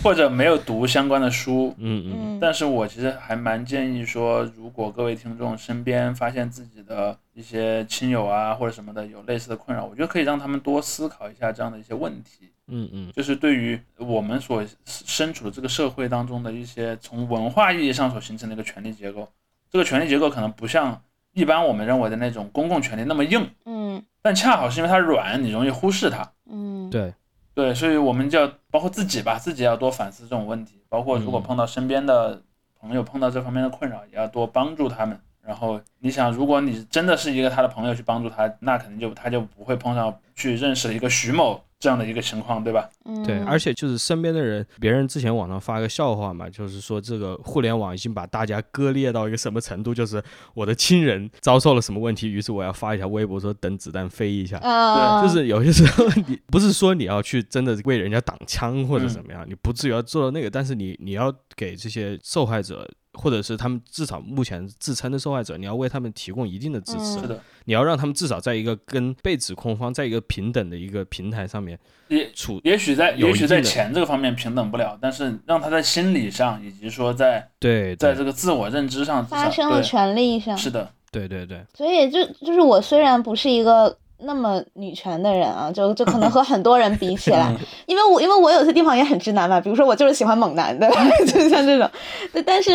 S3: 或者没有读相关的书，
S1: 嗯嗯，
S2: 嗯，
S3: 但是我其实还蛮建议说，如果各位听众身边发现自己的一些亲友啊或者什么的有类似的困扰，我觉得可以让他们多思考一下这样的一些问题，
S1: 嗯嗯，
S3: 就是对于我们所身处的这个社会当中的一些从文化意义上所形成的一个权力结构，这个权力结构可能不像一般我们认为的那种公共权力那么硬，
S2: 嗯
S3: 但恰好是因为它软，你容易忽视它。
S2: 嗯，
S1: 对，
S3: 对，所以我们就要包括自己吧，自己要多反思这种问题，包括如果
S1: 嗯
S3: 碰到身边的朋友碰到这方面的困扰，也要多帮助他们。然后你想，如果你真的是一个他的朋友去帮助他，那肯定就他就不会碰上去认识了一个徐某这样的一个情况，对吧？
S2: 嗯
S1: 对，而且就是身边的人，别人之前网上发个笑话嘛，就是说这个互联网已经把大家割裂到一个什么程度，就是我的亲人遭受了什么问题，于是我要发一条微博说等子弹飞一下。
S2: 嗯，
S1: 就是有些时候你不是说你要去真的为人家挡枪
S3: 嗯
S1: 或者怎么样，你不至于要做到那个，但是你你要给这些受害者或者是他们至少目前自称的受害者，你要为他们提供一定的支
S2: 嗯
S1: 持，
S3: 是的，
S1: 你要让他们至少在一个跟被指控方在一个平等的一个平台上面
S3: 也
S1: 处
S3: 也许在
S1: 有
S3: 也
S1: 一
S3: 许在
S1: 定的
S3: 钱这个方面平等不了，但是让他在心理上以及说在
S1: 对
S3: 在
S1: 对
S3: 这个自我认知上，至
S2: 呃发
S3: 少
S2: 生了
S3: 对，
S2: 权利上，
S3: 是的，
S1: 对对对，
S2: 所以就就是我虽然不是一个那么女权的人啊，就就可能和很多人比起来，因为我因为我有些地方也很直男嘛，比如说我就是喜欢猛男的， 就像这种，对，但是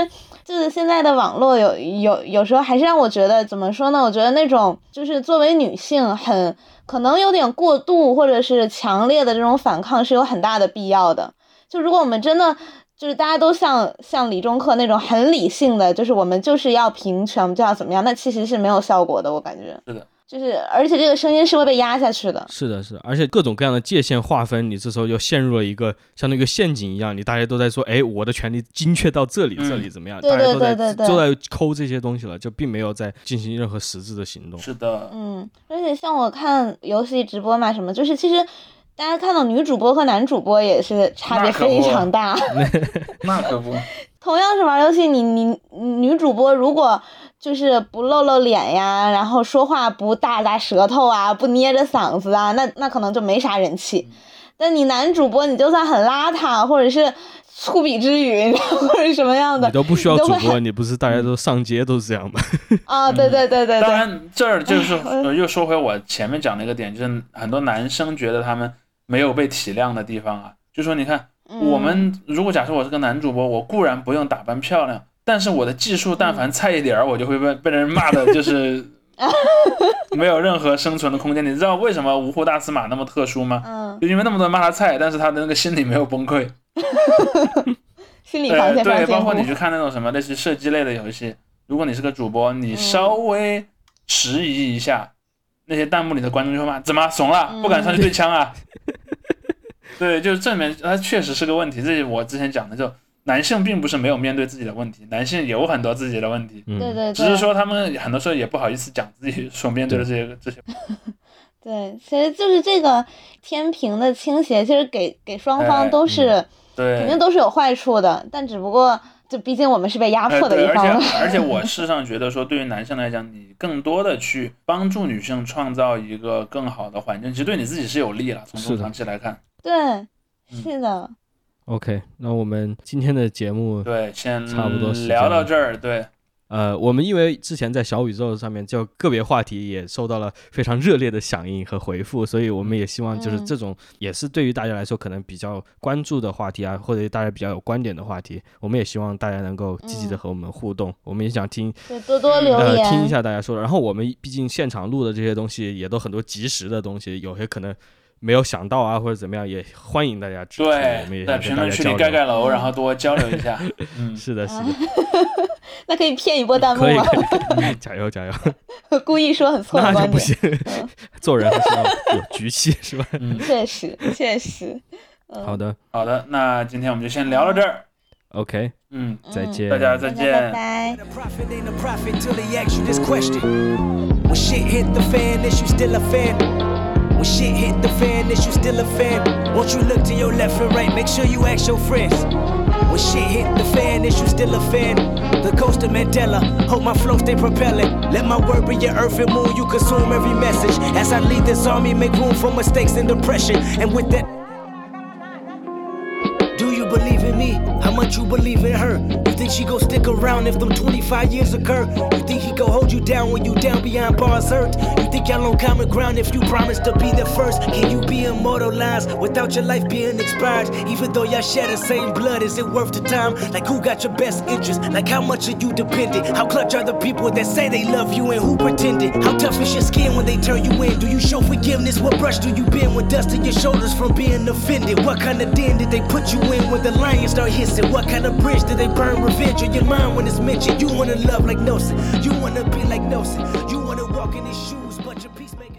S2: 就是现在的网络有有有时候还是让我觉得怎么说呢？我觉得那种就是作为女性很可能有点过度或者是强烈的这种反抗是有很大的必要的。就如果我们真的就是大家都像像理中客那种很理性的，就是我们就是要平权，我们就要怎么样，那其实是没有效果的，我感觉。
S3: 是的。
S2: 就是而且这个声音是会被压下去的。
S1: 是的，是的，而且各种各样的界限划分，你这时候就陷入了一个像那个陷阱一样，你大家都在说，哎，我的权利精确到这里，
S3: 嗯
S1: 这里怎么样？
S2: 对
S1: 大家都
S2: 对
S1: 在
S2: 对对对
S1: 都在抠这些东西了，就并没有在进行任何实质的行动。
S3: 是的，
S2: 嗯，而且像我看游戏直播嘛，什么就是其实大家看到女主播和男主播也是差别
S3: 那可不
S2: 非常大。
S3: 那可不，
S2: 同样是玩游戏，你你女主播如果就是不露露脸呀，然后说话不大大舌头啊，不捏着嗓子啊，那那可能就没啥人
S3: 嗯
S2: 气。但你男主播，你就算很邋遢，或者是粗鄙之语，或者什么样
S1: 你
S2: 的
S1: 都不需要
S2: 你都
S1: 主
S2: 会嗯
S1: 播，你不是大家都上街都是这样吗？
S2: 啊，对对对对
S3: 当
S2: 对，
S3: 然，这儿就是
S2: 哎我
S3: 呃又说回我前面讲的一个点，就是很多男生觉得他们没有被体谅的地方啊，就说你看，
S2: 嗯
S3: 我们如果假设我是个男主播，我固然
S2: 嗯
S3: 不用打扮漂亮，但是我的技术但凡菜一点儿，我就会被被人骂的，就是没有任何生存的空间。你知道为什么芜湖大司马那么特殊吗？
S2: 嗯，
S3: 就因为那么多人骂他菜，但是他的那个心理没有崩溃。
S2: 心理防
S3: 呃，
S2: 线非常
S3: 对，
S2: 坚
S3: 包括
S2: 固
S3: 你。去看那种什么类似于射击类的游戏，如果你是个主播，你
S2: 嗯
S3: 稍微迟疑一下，那些弹幕里的观众就会骂：“怎么啊怂了？不敢
S2: 嗯
S3: 上去对枪 啊？”对，就是证明它确实是个问题。这是我之前讲的，就男性并不是没有面对自己的问题，男性有很多自己的问题，
S1: 嗯，
S2: 对对对，
S3: 只是说他们很多时候也不好意思讲自己所面对的这些这些。
S2: 对，其实就是这个天平的倾斜，其实给给双方
S3: 哎
S1: 嗯
S2: 都是、
S3: 对，
S2: 肯定都是有坏处的，但只不过就毕竟我们是被压
S3: 哎，
S2: 迫的
S3: 对，
S2: 一
S3: 而
S2: 方嘛，
S3: 且而且我 事实上觉得说，对于男生来讲，你更多的去帮助女性创造一个更好的环境，其实对你自己是有利了。从
S1: 是的
S3: 中长期来看，
S2: 对，
S1: 嗯
S2: 是的，
S1: OK，那我们今天的节目，
S3: 对，先
S1: 差不多时间
S3: 聊到
S1: 了
S3: 这儿。对，
S1: 呃，我们因为之前在小宇宙上面就个别话题也受到了非常热烈的响应和回复，所以我们也希望就是
S2: 嗯
S1: 这种也是对于大家来说可能比较关注的话题啊，或者大家比较有观点的话题，我们也希望大家能够积极的
S2: 嗯
S1: 和我们互动，我们也想听
S2: 就多多留
S1: 呃，
S2: 言，
S1: 听一下大家说的。然后我们毕竟现场录的这些东西也都很多及时的东西，有些可能没有想到啊，或者怎么样，也欢迎大家指出，我们也
S3: 对，在
S1: 想跟
S3: 评
S1: 大
S3: 论
S1: 家
S3: 区
S1: 交流。
S3: 里盖盖 楼，然后多交流一下。嗯，
S1: 是的，是的，
S2: 那可以骗一波弹幕
S1: 可以，
S2: 吗？
S1: 可以， 加油加油，
S2: 故意说很错的
S1: 那
S2: 观
S1: 就不
S2: 点，
S1: 行， 做人还是要有局气，是吧？
S3: 嗯，
S2: 确实确实，嗯，
S1: 好的
S3: 好的，那今天我们就先聊到这儿。
S1: ，OK，
S3: 嗯，
S1: 再
S2: 嗯
S1: 见，
S3: 大家
S2: 大
S3: 再
S2: 家
S3: 见。
S2: 拜拜。
S4: The prophet ain't a prophet till he asks you this question. When shit hit the fan, is you still a fan? When shit hit the fan, is you still a fan? Won't you look to your left and right? Make sure you ask your friends. When shit hit the fan, is you still a fan? The coast of Mandela, hope my flow stay propelling. Let my word be your earth and moon, you consume every message. As I lead this army, make room for mistakes and depression. And with that, do you believe in me? How much you believe in her? You think she gon' stick around if them 25 years occur? You think he gon' hold you down when you down behind bars hurt? You think y'all on common ground if you promise to be the first? Can you be immortalized without your life being expired? Even though y'all share the same blood, is it worth the time? Like who got your best interest? Like how much are you dependent? How clutch are the people that say they love you and who pretended? How tough is your skin when they turn you in? Do you show forgiveness? What brush do you bend when dust in your shoulders from being offended? What kind of den did they put you in when the lions start hissing? What kind of bridge did they burn revenge on your mind when it's mentioned? You wanna love like Nelson, you wanna be like Nelson, you wanna walk in his shoes, but your peacemaker.